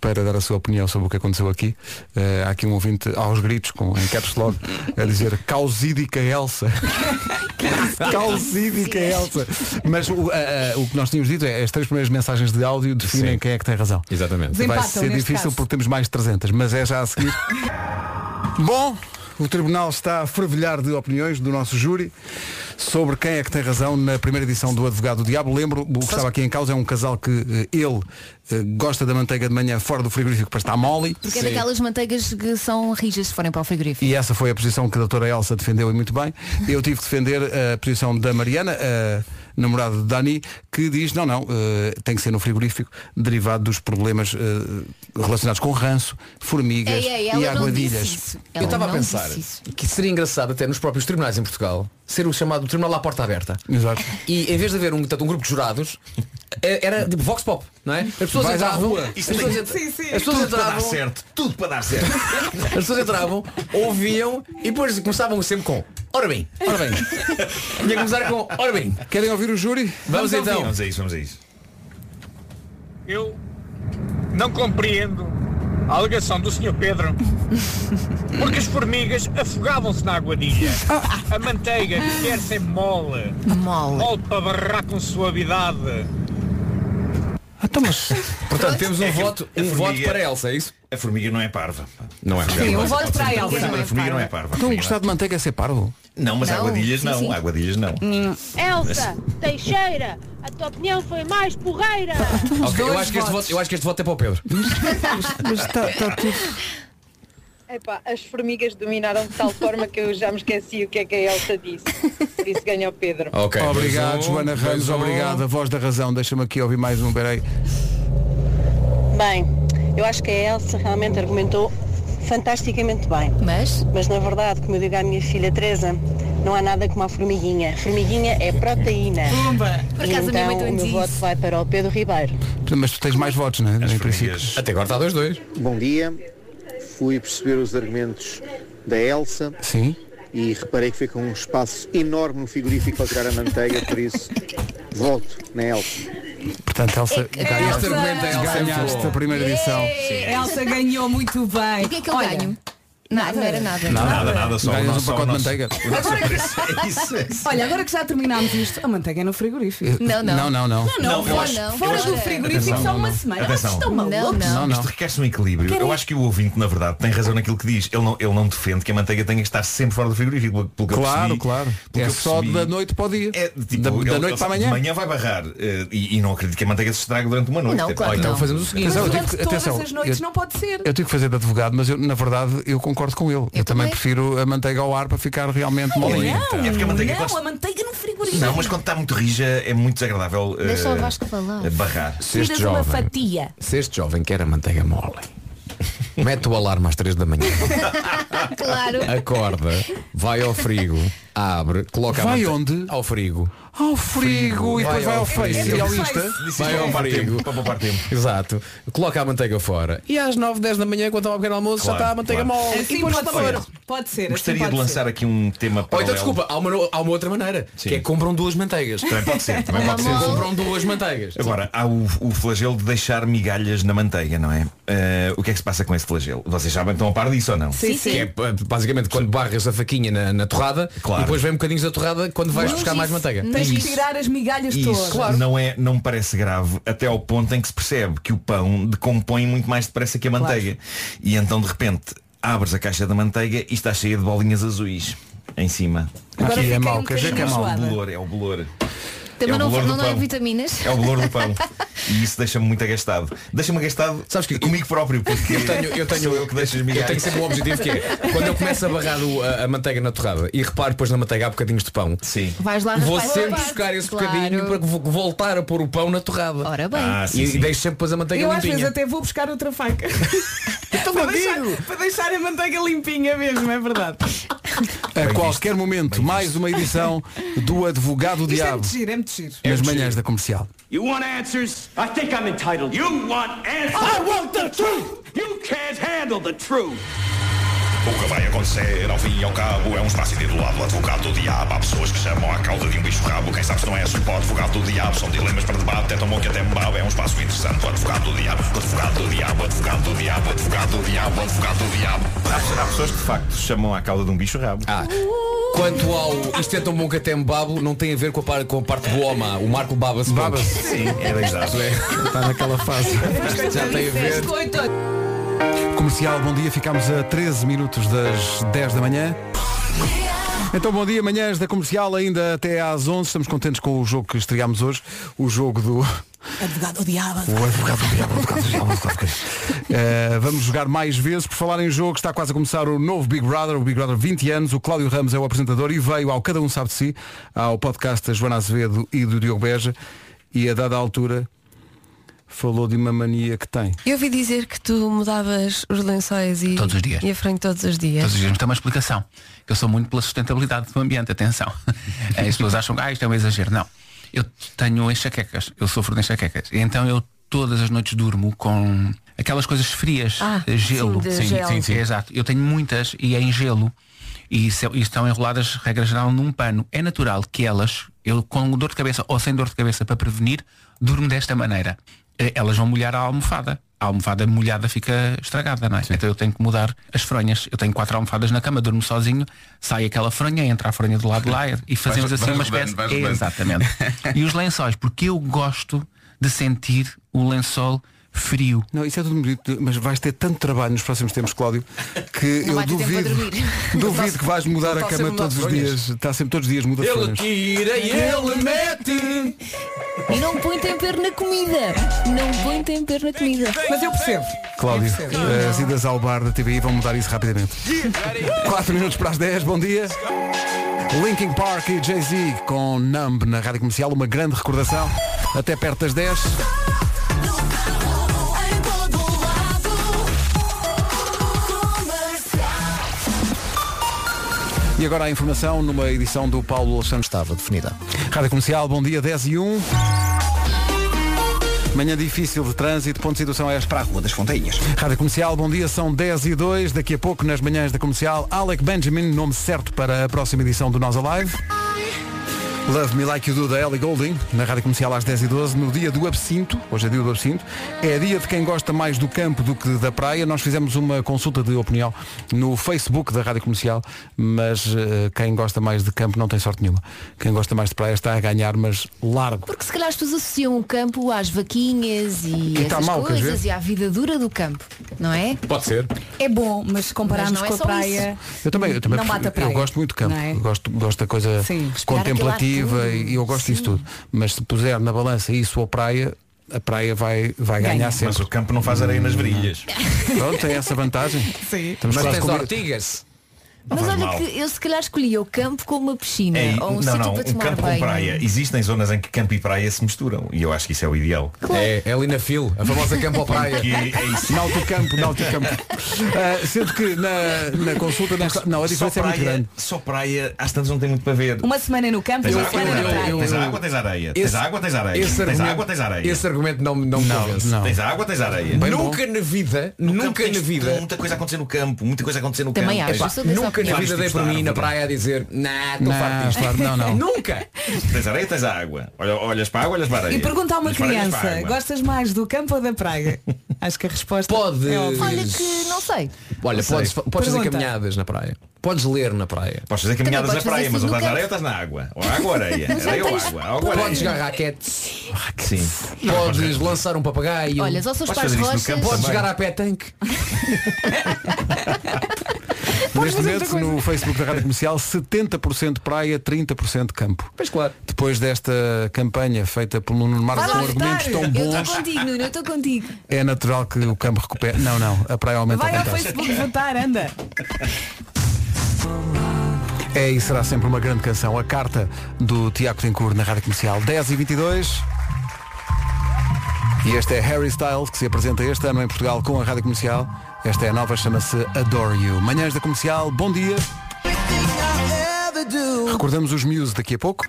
Speaker 4: para dar a sua opinião sobre o que aconteceu aqui. Eh, há aqui um ouvinte aos gritos, com em caps lock, a dizer causídica Elsa. causídica Elsa. Mas o, a- a- o que nós tínhamos dito é as três primeiras mensagens de áudio definem quem é que tem razão.
Speaker 8: Exatamente.
Speaker 4: Vai
Speaker 8: Desempatam,
Speaker 4: ser
Speaker 8: neste
Speaker 4: difícil
Speaker 8: caso.
Speaker 4: porque temos mais de 300, mas é já a seguir. Bom, o tribunal está a fervilhar de opiniões do nosso júri sobre quem é que tem razão na primeira edição do Advogado do Diabo. Lembro, o que estava aqui em causa é um casal que eh, ele eh, gosta da manteiga de manhã fora do frigorífico para estar mole.
Speaker 14: Porque é daquelas manteigas que são rijas se forem para o frigorífico.
Speaker 4: E essa foi a posição que a doutora Elsa defendeu e muito bem. Eu tive de defender eh, a posição da Mariana, a namorada de Dani, que diz, não, não, eh, tem que ser no frigorífico, derivado dos problemas eh, relacionados com ranço, formigas
Speaker 14: Ei, ei,
Speaker 4: e
Speaker 14: ela não disse
Speaker 4: aguadilhas.
Speaker 14: isso.
Speaker 11: Eu
Speaker 14: Ela
Speaker 11: estava a
Speaker 14: não
Speaker 11: pensar
Speaker 14: disse isso.
Speaker 11: que seria engraçado até nos próprios tribunais em Portugal ser o chamado Tribunal à Porta Aberta.
Speaker 4: Exato.
Speaker 11: E em vez de haver um, portanto, um grupo de jurados, é- era tipo Vox Pop, não é? As pessoas
Speaker 18: Vais à
Speaker 11: entravam.
Speaker 18: rua.
Speaker 11: As
Speaker 18: Isto
Speaker 11: pessoas,
Speaker 18: tem-
Speaker 11: entra-
Speaker 18: Sim, sim.
Speaker 11: As pessoas
Speaker 18: Tudo para
Speaker 11: entravam.
Speaker 18: dar certo. Tudo para dar certo.
Speaker 11: As pessoas entravam, ouviam e depois começavam sempre com Ora bem, ora bem. Ia começar com Ora bem.
Speaker 4: Querem ouvir o júri?
Speaker 11: Vamos, então.
Speaker 18: Vamos a isso, vamos a isso.
Speaker 22: Eu não compreendo a alegação do Sr. Pedro. Porque as formigas afogavam-se na aguadilha.
Speaker 18: Ah.
Speaker 22: A manteiga quer ser mole.
Speaker 14: Mole.
Speaker 22: Mole para barrar com suavidade.
Speaker 4: Ah,
Speaker 9: Então,
Speaker 11: Portanto, temos um voto- um voto para
Speaker 18: Elsa,
Speaker 11: é isso?
Speaker 18: A formiga não é parva.
Speaker 8: Não é.
Speaker 2: Sim, um voto para a Elsa.
Speaker 18: A formiga não é parva.
Speaker 4: Então gostar de manteiga é ser parvo?
Speaker 18: Não, mas
Speaker 4: Não,
Speaker 18: aguadilhas
Speaker 4: sim,
Speaker 18: não.
Speaker 4: sim.
Speaker 18: Aguadilhas não.
Speaker 16: Elsa Teixeira, a tua opinião foi É mais porreira.
Speaker 6: Ah,
Speaker 11: Ok, eu, acho que este voto, eu acho que este voto é para o Pedro.
Speaker 4: Mas está tudo.
Speaker 17: Epá, as formigas dominaram de tal forma que eu já me esqueci o que é que a Elsa disse. Por isso ganha o Pedro.
Speaker 4: Obrigado,
Speaker 11: dois um,
Speaker 4: Joana
Speaker 11: dois
Speaker 4: Ramos,
Speaker 11: um.
Speaker 4: obrigado. A voz da razão, deixa-me aqui ouvir mais um, peraí.
Speaker 16: Bem, eu acho que a Elsa realmente argumentou fantasticamente bem.
Speaker 14: Mas?
Speaker 16: Mas na verdade, como eu digo à minha filha Teresa, não há nada como a formiguinha. Formiguinha é proteína. Pumba!
Speaker 14: Por
Speaker 16: E
Speaker 14: acaso a minha mãe
Speaker 16: então o
Speaker 14: também
Speaker 16: meu
Speaker 14: diz
Speaker 16: voto
Speaker 14: isso.
Speaker 16: vai para o Pedro Ribeiro.
Speaker 4: Mas tu tens mais votos, não é? Em princípio.
Speaker 11: Até agora está 2-2.
Speaker 23: Bom dia. Fui perceber os argumentos da Elsa.
Speaker 4: Sim.
Speaker 23: E reparei que fica um espaço enorme no frigorífico para tirar a manteiga, por isso voto na Elsa.
Speaker 4: Portanto, Elsa,
Speaker 23: É que
Speaker 4: ganhaste-
Speaker 23: este argumento da Elsa é
Speaker 4: ganhaste
Speaker 23: muito
Speaker 4: a primeira edição.
Speaker 2: A Elsa ganhou muito bem. O que é que eu ganho?
Speaker 14: Nada, não era nada.
Speaker 18: Nada, nada, só
Speaker 4: Ganhas
Speaker 18: o
Speaker 4: um
Speaker 18: nosso-
Speaker 4: pacote
Speaker 18: o
Speaker 4: de
Speaker 18: nosso-
Speaker 4: manteiga.
Speaker 18: o nosso preço. É isso, é isso.
Speaker 2: Olha, agora que já terminámos isto, a manteiga é no frigorífico.
Speaker 4: Não, não. Não, não,
Speaker 2: Não,
Speaker 4: não.
Speaker 2: não,
Speaker 18: Não, eu
Speaker 2: fora,
Speaker 18: acho-
Speaker 2: não.
Speaker 18: eu
Speaker 2: Fora
Speaker 18: acho- é
Speaker 2: do frigorífico
Speaker 18: Atenção,
Speaker 2: só
Speaker 18: não,
Speaker 2: uma
Speaker 18: não.
Speaker 2: semana.
Speaker 18: Atenção.
Speaker 2: Estão malucos.
Speaker 18: Isto requer-se um equilíbrio.
Speaker 2: Peraí.
Speaker 18: Eu acho que o ouvinte, na verdade, tem razão naquilo que diz. Ele não, ele não defende que a manteiga tenha que estar sempre fora do frigorífico. Pelo que eu
Speaker 4: Claro,
Speaker 18: percebi,
Speaker 4: claro.
Speaker 18: Pelo
Speaker 4: É
Speaker 18: que eu
Speaker 4: só
Speaker 18: percebi,
Speaker 4: da noite para o dia.
Speaker 18: tipo,
Speaker 4: da, da
Speaker 18: ele-
Speaker 4: noite
Speaker 18: ele-
Speaker 4: para amanhã.
Speaker 18: Amanhã vai barrar. eh, E, e não acredito que a manteiga se estrague durante uma noite.
Speaker 4: Não, claro
Speaker 18: Ou
Speaker 4: que não. Mas
Speaker 18: Atenção, eu
Speaker 4: durante
Speaker 18: digo-
Speaker 4: todas
Speaker 18: atenção,
Speaker 2: As noites
Speaker 18: eu-
Speaker 2: não pode ser.
Speaker 4: Eu tive que fazer de advogado, mas eu, na verdade eu concordo com ele. Eu, também prefiro a manteiga ao ar para ficar realmente molinha.
Speaker 18: É porque a manteiga
Speaker 2: não,
Speaker 18: gosta-
Speaker 2: a manteiga no frigorífico.
Speaker 18: Não, mas quando está muito rija é muito desagradável eh,
Speaker 14: Deixa o Vasco falar.
Speaker 18: barrar.
Speaker 14: Tiras uma fatia.
Speaker 11: Se este jovem quer a manteiga mole, mete o alarme às 3 da manhã,
Speaker 18: É
Speaker 14: claro.
Speaker 11: acorda, vai ao frigo, abre, coloca
Speaker 4: Vai
Speaker 11: a onde? Ao frigo.
Speaker 4: Ao frigo, e depois vai ao Face e ao Insta.
Speaker 11: Vai ao frigo.
Speaker 18: Para poupar tempo.
Speaker 11: Exato. Coloca a manteiga fora. E às 9, 10 da manhã, quando estava ao pequeno almoço,
Speaker 18: Claro,
Speaker 11: já está a manteiga
Speaker 18: claro.
Speaker 11: mole.
Speaker 2: Assim
Speaker 11: e depois
Speaker 2: pode
Speaker 11: está fora.
Speaker 2: ser. Pode ser. assim
Speaker 18: Gostaria
Speaker 2: pode
Speaker 18: de lançar aqui um tema
Speaker 11: Ou
Speaker 18: paralelo.
Speaker 11: então, desculpa, há uma, no- há uma outra maneira, que é compram duas manteigas.
Speaker 18: Também pode ser, também pode ser.
Speaker 11: Compram duas manteigas.
Speaker 18: Agora, há o, o flagelo de deixar migalhas na manteiga, não é? Eh, o que é que se passa com esse flagelo? Vocês já estão a par disso ou não?
Speaker 11: Sim, sim. Que é, pa- basicamente quando barras a faquinha na, na torrada
Speaker 18: Claro.
Speaker 11: e depois vem um bocadinho da torrada quando vais
Speaker 2: Não
Speaker 11: buscar mais
Speaker 2: disse- Tens
Speaker 11: manteiga.
Speaker 2: que
Speaker 18: Isso.
Speaker 2: tirar as migalhas todas.
Speaker 18: Isso não, é, não me parece grave até ao ponto em que se percebe que o pão decompõe muito mais depressa que a
Speaker 2: Claro.
Speaker 18: manteiga. E então de repente abres a caixa da manteiga e está cheia de bolinhas azuis em cima.
Speaker 2: Agora
Speaker 18: Aqui
Speaker 2: fiquei
Speaker 18: é
Speaker 2: um
Speaker 18: mau, quer dizer que é
Speaker 2: bocadinho
Speaker 18: mau. É o
Speaker 2: enjoada.
Speaker 18: bolor, é o bolor.
Speaker 14: Também
Speaker 18: é o
Speaker 14: não,
Speaker 18: valor
Speaker 14: não
Speaker 18: do
Speaker 14: dá
Speaker 18: pão.
Speaker 14: vitaminas.
Speaker 18: É o valor do pão. E isso deixa-me muito agastado. Deixa-me agastado Sabes que comigo próprio, porque
Speaker 11: Eu tenho- eu tenho-
Speaker 18: sou eu que deixo as
Speaker 11: Eu
Speaker 18: migalhas.
Speaker 11: tenho sempre um objetivo que é quando eu começo a barrar o- a, a manteiga na torrada e reparo depois na manteiga há bocadinhos de pão.
Speaker 18: Sim.
Speaker 14: Vais lá,
Speaker 11: Vou
Speaker 14: rapaz,
Speaker 11: sempre
Speaker 14: rapaz.
Speaker 11: buscar esse
Speaker 14: Claro.
Speaker 11: bocadinho para vo- voltar a pôr o pão na torrada.
Speaker 14: Ora bem.
Speaker 2: Ah, sim,
Speaker 11: e
Speaker 2: sim.
Speaker 11: deixo sempre depois a manteiga
Speaker 2: Eu às vezes
Speaker 11: limpinha.
Speaker 2: até vou buscar outra faca. Então para, deixar, para deixar a manteiga limpinha mesmo, é verdade.
Speaker 4: A qualquer momento, mais uma edição do Advogado
Speaker 2: Isto é
Speaker 4: Diabo
Speaker 2: muito giro, é muito giro.
Speaker 4: nas manhãs da comercial.
Speaker 7: You want answers? I think I'm entitled. You want answers?
Speaker 21: I
Speaker 7: want the truth! You can't handle the truth!
Speaker 21: O que vai acontecer ao fim e ao cabo é um espaço intitulado Advogado do Diabo. Há pessoas que chamam a cauda de um bicho rabo. Quem sabe se não é só o advogado do diabo. São dilemas para debate, até bom que até me babo. É um espaço interessante. O advogado do diabo, o advogado do diabo, o advogado do diabo, o advogado do diabo, o advogado do diabo.
Speaker 18: Há, há pessoas que de facto chamam à cauda de um bicho rabo.
Speaker 11: Ah. Quanto ao isto é tão bom que até me babo, não tem a ver com a, par- com a parte boa ou má. O Marco baba-se. Baba
Speaker 18: Sim,
Speaker 4: é verdade. Está naquela fase.
Speaker 11: Já tem a ver.
Speaker 4: Comercial, bom dia. Ficámos a 13 minutos das 10 da manhã. Então, bom dia. Manhãs da Comercial ainda até às 11. Estamos contentes com o jogo que estreámos hoje. O jogo do...
Speaker 2: Advogado odiava.
Speaker 4: O advogado do diabo, advogado do diabo, advogado do diabo. Eh, Vamos jogar mais vezes. Por falar em jogo, está quase a começar o novo Big Brother, o Big Brother 20 anos. O Cláudio Ramos é o apresentador e veio ao Cada Um Sabe de Si, ao podcast da Joana Azevedo e do Diogo Beja. E a dada altura falou de uma mania que tem.
Speaker 12: Eu ouvi dizer que tu mudavas os lençóis e,
Speaker 24: Todos os dias.
Speaker 12: e a frango todos os dias.
Speaker 24: Todos os dias, mas tem uma explicação. Que eu sou muito pela sustentabilidade do ambiente, atenção. As pessoas acham que ah, isto é um exagero. Não. Eu tenho enxaquecas, eu sofro de enxaquecas. E então eu todas as noites durmo com aquelas coisas frias,
Speaker 12: Ah,
Speaker 24: eh, gelo.
Speaker 12: sim, de gel.
Speaker 24: Exato. Eu tenho muitas e é em gelo. E, isso é- e estão enroladas, regra geral, num pano. É natural que elas, eu com dor de cabeça ou sem dor de cabeça para prevenir, durmo desta maneira. Eh, Elas vão molhar a almofada. A almofada molhada fica estragada, não é? Então eu tenho que mudar as fronhas. Eu tenho quatro almofadas na cama, durmo sozinho, sai aquela fronha, entra a fronha do lado de lá e fazemos Vais- assim vais uma rodando, espécie. vais rodando. Exatamente. e os lençóis, porque eu gosto de sentir o lençol frio.
Speaker 4: Não, isso é tudo bonito, mas vais ter tanto trabalho nos próximos tempos, Cláudio, que
Speaker 24: Não
Speaker 4: eu
Speaker 24: vai ter tempo para
Speaker 4: duvido,
Speaker 24: dormir.
Speaker 4: duvido que vais mudar
Speaker 24: Não
Speaker 4: a
Speaker 24: tá
Speaker 4: cama
Speaker 24: sempre
Speaker 4: todos os
Speaker 24: mudar de
Speaker 4: dias. Está sempre todos os dias muda de
Speaker 11: Ele
Speaker 4: folhas.
Speaker 11: tira e ele mete.
Speaker 14: E não põe tempero na comida. Não põe tempero na comida.
Speaker 2: Mas eu percebo.
Speaker 4: Cláudio,
Speaker 14: Não.
Speaker 4: as idas ao bar da TVI vão mudar isso rapidamente. 4 minutos para as 10, bom dia. Linkin Park e Jay-Z com Numb na rádio comercial, uma grande recordação. Até perto das 10. E agora a informação numa edição do Paulo Alexandre Estava definida. Rádio Comercial, bom dia, 10 e 1. Manhã difícil de trânsito, ponto de situação é para a Rua das Fontainhas. Rádio Comercial, bom dia, são 10 e 2. Daqui a pouco, nas manhãs da comercial, Alec Benjamin, nome certo para a próxima edição do Nós Alive. Love Me Like You Do da Ellie Golding, na Rádio Comercial às 10 e 12 no dia do absinto, hoje é dia do absinto, é dia de quem gosta mais do campo do que da praia. Nós fizemos uma consulta de opinião no Facebook da Rádio Comercial, mas eh, quem gosta mais de campo não tem sorte nenhuma. Quem gosta mais de praia está a ganhar, mas largo.
Speaker 14: Porque se calhar as pessoas associam o campo às vaquinhas e,
Speaker 4: E tá
Speaker 14: essas
Speaker 4: mal, quer
Speaker 14: coisas
Speaker 4: dizer?
Speaker 14: e à vida dura do campo, não é?
Speaker 4: Pode ser.
Speaker 14: É bom, mas é se
Speaker 2: compararmos com a praia,
Speaker 4: Eu também, eu também
Speaker 2: Não bate a
Speaker 4: prefiro- eu
Speaker 2: praia,
Speaker 4: gosto muito de campo,
Speaker 2: não é?
Speaker 4: Eu gosto, gosto da coisa
Speaker 2: Sim. Respirar aquele ar
Speaker 4: contemplativa e e eu gosto disso tudo. Mas se puser na balança isso ou praia, a praia vai, vai
Speaker 18: Ganha.
Speaker 4: ganhar
Speaker 18: Mas
Speaker 4: sempre.
Speaker 18: o campo não faz areia nas varilhas.
Speaker 4: Pronto, tem essa vantagem.
Speaker 2: Sim.
Speaker 4: Estamos
Speaker 11: Mas
Speaker 4: quase
Speaker 11: tens
Speaker 4: com-
Speaker 11: ortigas.
Speaker 14: Mas
Speaker 18: faz
Speaker 14: olha
Speaker 18: mal.
Speaker 14: que eu se calhar escolhia o campo com uma piscina
Speaker 18: É,
Speaker 14: ou um
Speaker 18: não,
Speaker 14: sítio
Speaker 18: não,
Speaker 14: para
Speaker 18: um
Speaker 14: tomar
Speaker 18: campo
Speaker 14: banho.
Speaker 18: com praia. Existem zonas em que campo e praia se misturam. E eu acho que isso é o ideal.
Speaker 11: É, é ali na fila, a famosa campo à praia.
Speaker 18: Porque é isso.
Speaker 4: Nautocampo, nautocampo. Ah, sendo que na, na consulta não, está- não, a
Speaker 18: Só
Speaker 4: diferença é
Speaker 18: praia,
Speaker 4: muito grande.
Speaker 18: só praia, às tantas não tem muito para ver.
Speaker 2: Uma semana no campo
Speaker 18: Tens
Speaker 2: uma
Speaker 18: água,
Speaker 2: semana na
Speaker 18: eu-
Speaker 2: praia.
Speaker 18: eu- Tens água, tens areia. Tens água, tens areia.
Speaker 11: Esse
Speaker 18: Tens
Speaker 11: argumento,
Speaker 18: água, tens areia.
Speaker 11: Esse argumento não, não me convence.
Speaker 18: Tens água, tens areia.
Speaker 11: nunca na vida, É? nunca na vida.
Speaker 18: Muita coisa a acontecer no campo, muita coisa a acontecer no
Speaker 11: Também
Speaker 18: campo.
Speaker 11: acho,
Speaker 18: Tens-
Speaker 11: eu sou dessa Nunca na opinião. vida dei por mim na praia a dizer, nah, estou Ah, farto disto."
Speaker 18: claro,
Speaker 11: Nunca.
Speaker 18: Tens areia, tens água. Olha, olhas para a água, olhas para a areia.
Speaker 2: E pergunta a uma
Speaker 18: Olhas para a areia, olhas para a
Speaker 2: criança,
Speaker 18: água.
Speaker 2: gostas mais do campo ou da praia? Acho que a resposta
Speaker 11: Podes.
Speaker 2: é óbvia.
Speaker 14: Olha que não sei.
Speaker 11: Olha,
Speaker 18: Não sei.
Speaker 11: podes, podes fazer
Speaker 18: Pergunta.
Speaker 11: caminhadas na praia. Podes ler na praia.
Speaker 18: Podes fazer
Speaker 11: Também
Speaker 18: caminhadas na
Speaker 11: podes fazer
Speaker 18: praia,
Speaker 11: assim
Speaker 18: mas ou
Speaker 11: no
Speaker 18: estás na
Speaker 11: campo.
Speaker 18: areia ou estás na água. Ou água ou areia.
Speaker 11: Já
Speaker 18: Areia ou
Speaker 11: tens-
Speaker 18: água. Água ou
Speaker 11: Podes jogar
Speaker 18: areia.
Speaker 11: raquetes.
Speaker 18: Sim.
Speaker 11: Podes lançar um papagaio.
Speaker 14: Olha, só se os
Speaker 11: Podes
Speaker 14: pais
Speaker 11: fazer isso no
Speaker 14: rochas-
Speaker 11: campo. Podes
Speaker 14: Também.
Speaker 11: jogar a pé tanque.
Speaker 4: Neste momento, no Facebook da Rádio Comercial, 70% praia, 30% campo.
Speaker 11: Pois claro.
Speaker 4: Depois desta campanha feita pelo Nuno Marcos com argumentos tão
Speaker 14: Eu
Speaker 4: bons,
Speaker 14: estou contigo, Nuno, eu estou contigo.
Speaker 4: é natural que o campo recupere. Não, não, a praia aumenta
Speaker 2: Vai
Speaker 4: a
Speaker 2: ao
Speaker 4: vantagem.
Speaker 2: Facebook votar, anda.
Speaker 4: É e será sempre uma grande canção. A carta do Tiago Tencourt na Rádio Comercial 10 e 22. E este é Harry Styles, que se apresenta este ano em Portugal com a Rádio Comercial. Esta é a nova, chama-se Adore You. Manhãs da Comercial, bom dia. Recordamos os Muse daqui a pouco.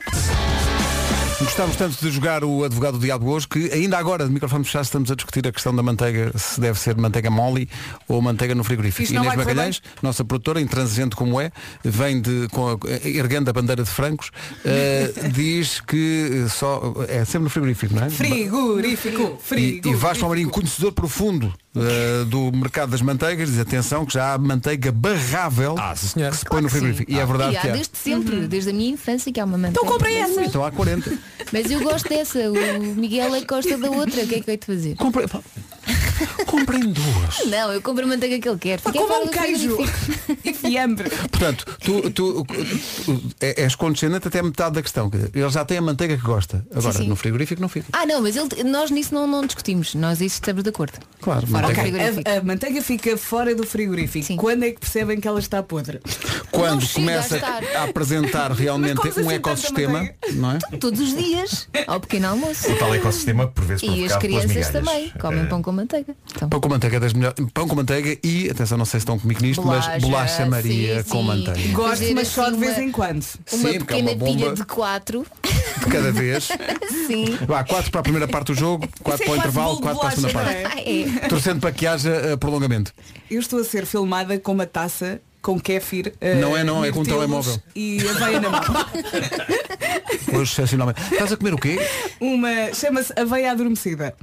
Speaker 4: Gostámos tanto de jogar o advogado do diabo hoje que ainda agora, de microfone fechado, estamos a discutir a questão da manteiga, se deve ser manteiga mole ou manteiga no frigorífico.
Speaker 1: Isto não
Speaker 4: Inês
Speaker 1: vai correr
Speaker 4: Magalhães, nossa produtora, intransigente como é, vem de, com a- erguendo a bandeira de francos, eh, diz que eh, só é sempre no frigorífico, não é?
Speaker 2: Frigorífico,
Speaker 4: E,
Speaker 2: frigorífico.
Speaker 4: e Vasco Marinho, conhecedor profundo eh, do mercado das manteigas, diz atenção que já há manteiga barrável
Speaker 14: Ah,
Speaker 4: que se põe no frigorífico. E é verdade
Speaker 14: e há
Speaker 4: que há.
Speaker 14: desde sempre,
Speaker 2: Uhum.
Speaker 14: desde a minha infância, que há uma manteiga.
Speaker 4: comprei Então há 40.
Speaker 14: Mas eu gosto dessa, o Miguel é que gosta da outra, o que é que eu hei de fazer?
Speaker 4: Comprei, comprei duas.
Speaker 14: Não, eu compro a manteiga que ele quer. Fiquei
Speaker 2: como
Speaker 14: fora
Speaker 2: um
Speaker 14: do
Speaker 2: queijo.
Speaker 14: frigorífico.
Speaker 2: E fiambre.
Speaker 4: Portanto, tu, tu, é- és condescendente até metade da questão. quer dizer, Ele já tem a manteiga que gosta. Agora,
Speaker 14: sim.
Speaker 4: no frigorífico não fica.
Speaker 14: Ah não, mas ele- nós nisso não, não discutimos, nós isso estamos de acordo.
Speaker 4: Claro,
Speaker 14: Fora do
Speaker 4: manteiga.
Speaker 14: frigorífico.
Speaker 2: A, a manteiga fica fora do frigorífico. Quando é que percebem que ela está podre?
Speaker 4: Quando
Speaker 2: Não chega
Speaker 4: começa
Speaker 2: a estar.
Speaker 4: a apresentar realmente
Speaker 2: Mas comes
Speaker 4: um
Speaker 2: assim
Speaker 4: ecossistema, não é?
Speaker 14: Todos os dias, ao pequeno almoço.
Speaker 18: O tal ecossistema que por vezes
Speaker 14: E as
Speaker 18: provocado pelas
Speaker 14: crianças
Speaker 18: migalhas. É.
Speaker 14: também
Speaker 4: É.
Speaker 14: comem pão com manteiga.
Speaker 4: Pão com manteiga é das melhores. Pão com manteiga e, atenção, não sei se estão comigo nisto, mas
Speaker 14: Bolacha,
Speaker 4: bolacha Maria
Speaker 14: sim,
Speaker 4: com
Speaker 14: sim.
Speaker 4: manteiga.
Speaker 2: Gosto,
Speaker 14: Fazer
Speaker 2: mas só
Speaker 14: assim
Speaker 2: de vez
Speaker 14: uma-
Speaker 2: em quando.
Speaker 14: Uma
Speaker 4: Sim, porque é
Speaker 14: pequena
Speaker 4: uma bomba.
Speaker 14: pilha de quatro.
Speaker 4: De cada vez.
Speaker 14: Sim.
Speaker 4: Vá, quatro para a primeira parte do jogo, quatro para o intervalo, quatro para a segunda parte.
Speaker 2: É.
Speaker 4: Torcendo para que haja eh, prolongamento.
Speaker 2: Eu estou a ser filmada com uma taça com kéfir. eh,
Speaker 4: Não é não, é com um
Speaker 2: mirtilos
Speaker 4: telemóvel.
Speaker 2: E aveia na mão.
Speaker 4: Hoje, excepcionalmente. Estás a comer o quê?
Speaker 2: Uma chama-se aveia adormecida.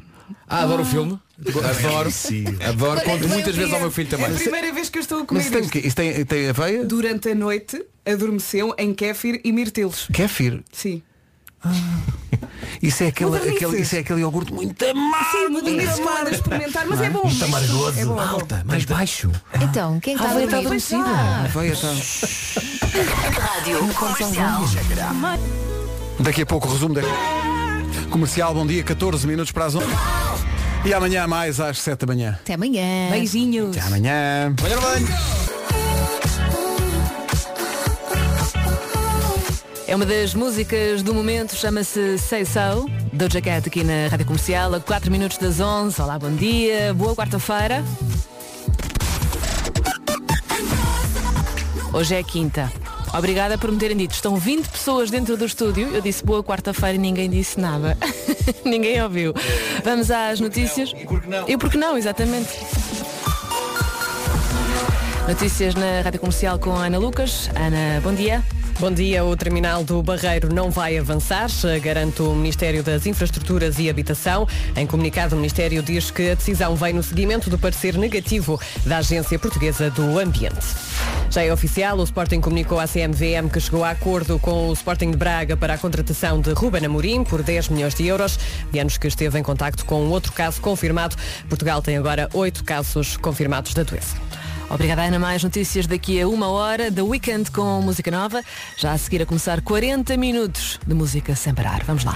Speaker 11: Ah, adoro o filme. Adoro.
Speaker 18: é
Speaker 11: Adoro. Conto muitas vezes ao meu filho
Speaker 2: É
Speaker 11: também.
Speaker 2: a primeira vez que eu estou a comer
Speaker 4: Mas tem, o
Speaker 2: isto.
Speaker 4: quê? Isso tem, tem aveia?
Speaker 2: Durante a noite adormeceu em kéfir e mirtilos.
Speaker 4: Kéfir?
Speaker 2: Sim.
Speaker 4: Isso é aquele,
Speaker 2: Modernices.
Speaker 4: aquele, isso é aquele iogurte muito amargo.
Speaker 2: Sim, muito
Speaker 4: É.
Speaker 2: engraçado a experimentar, mas
Speaker 4: Não
Speaker 2: é bom.
Speaker 4: Muito amargoso.
Speaker 2: É bom, é bom.
Speaker 4: Alta, mais baixo.
Speaker 14: Então, quem está a
Speaker 2: Aveia
Speaker 14: dormir?
Speaker 2: está
Speaker 4: Ah, veia está.
Speaker 14: tá.
Speaker 15: Rádio Comercial.
Speaker 4: Daqui a pouco o resumo da... Comercial, bom dia, 14 minutos para as 11. E amanhã mais às 7 da manhã.
Speaker 14: Até amanhã. Beijinhos.
Speaker 4: Até amanhã. Olha bem.
Speaker 13: É uma das músicas do momento, chama-se Say So, do Jacket aqui na Rádio Comercial, a 4 minutos das 11. Olá, bom dia, boa quarta-feira. Hoje é quinta. Obrigada por me terem dito. Estão 20 pessoas dentro do estúdio. Eu disse boa quarta-feira e ninguém disse nada. ninguém ouviu. Vamos às notícias. E porque não? E porque não, exatamente. Notícias na Rádio Comercial com a Ana Lucas. Ana, bom dia.
Speaker 25: Bom dia. O terminal do Barreiro não vai avançar, garante o Ministério das Infraestruturas e Habitação. Em comunicado, o Ministério diz que a decisão vem no seguimento do parecer negativo da Agência Portuguesa do Ambiente. Já é oficial, o Sporting comunicou à CMVM que chegou a acordo com o Sporting de Braga para a contratação de Ruben Amorim por 10 milhões de euros, de anos que esteve em contacto com outro caso confirmado. Portugal tem agora oito casos confirmados da doença.
Speaker 13: Obrigada, Ana. Mais notícias daqui a uma hora da Weekend com música nova. Já a seguir a começar 40 minutos de música sem parar. Vamos lá.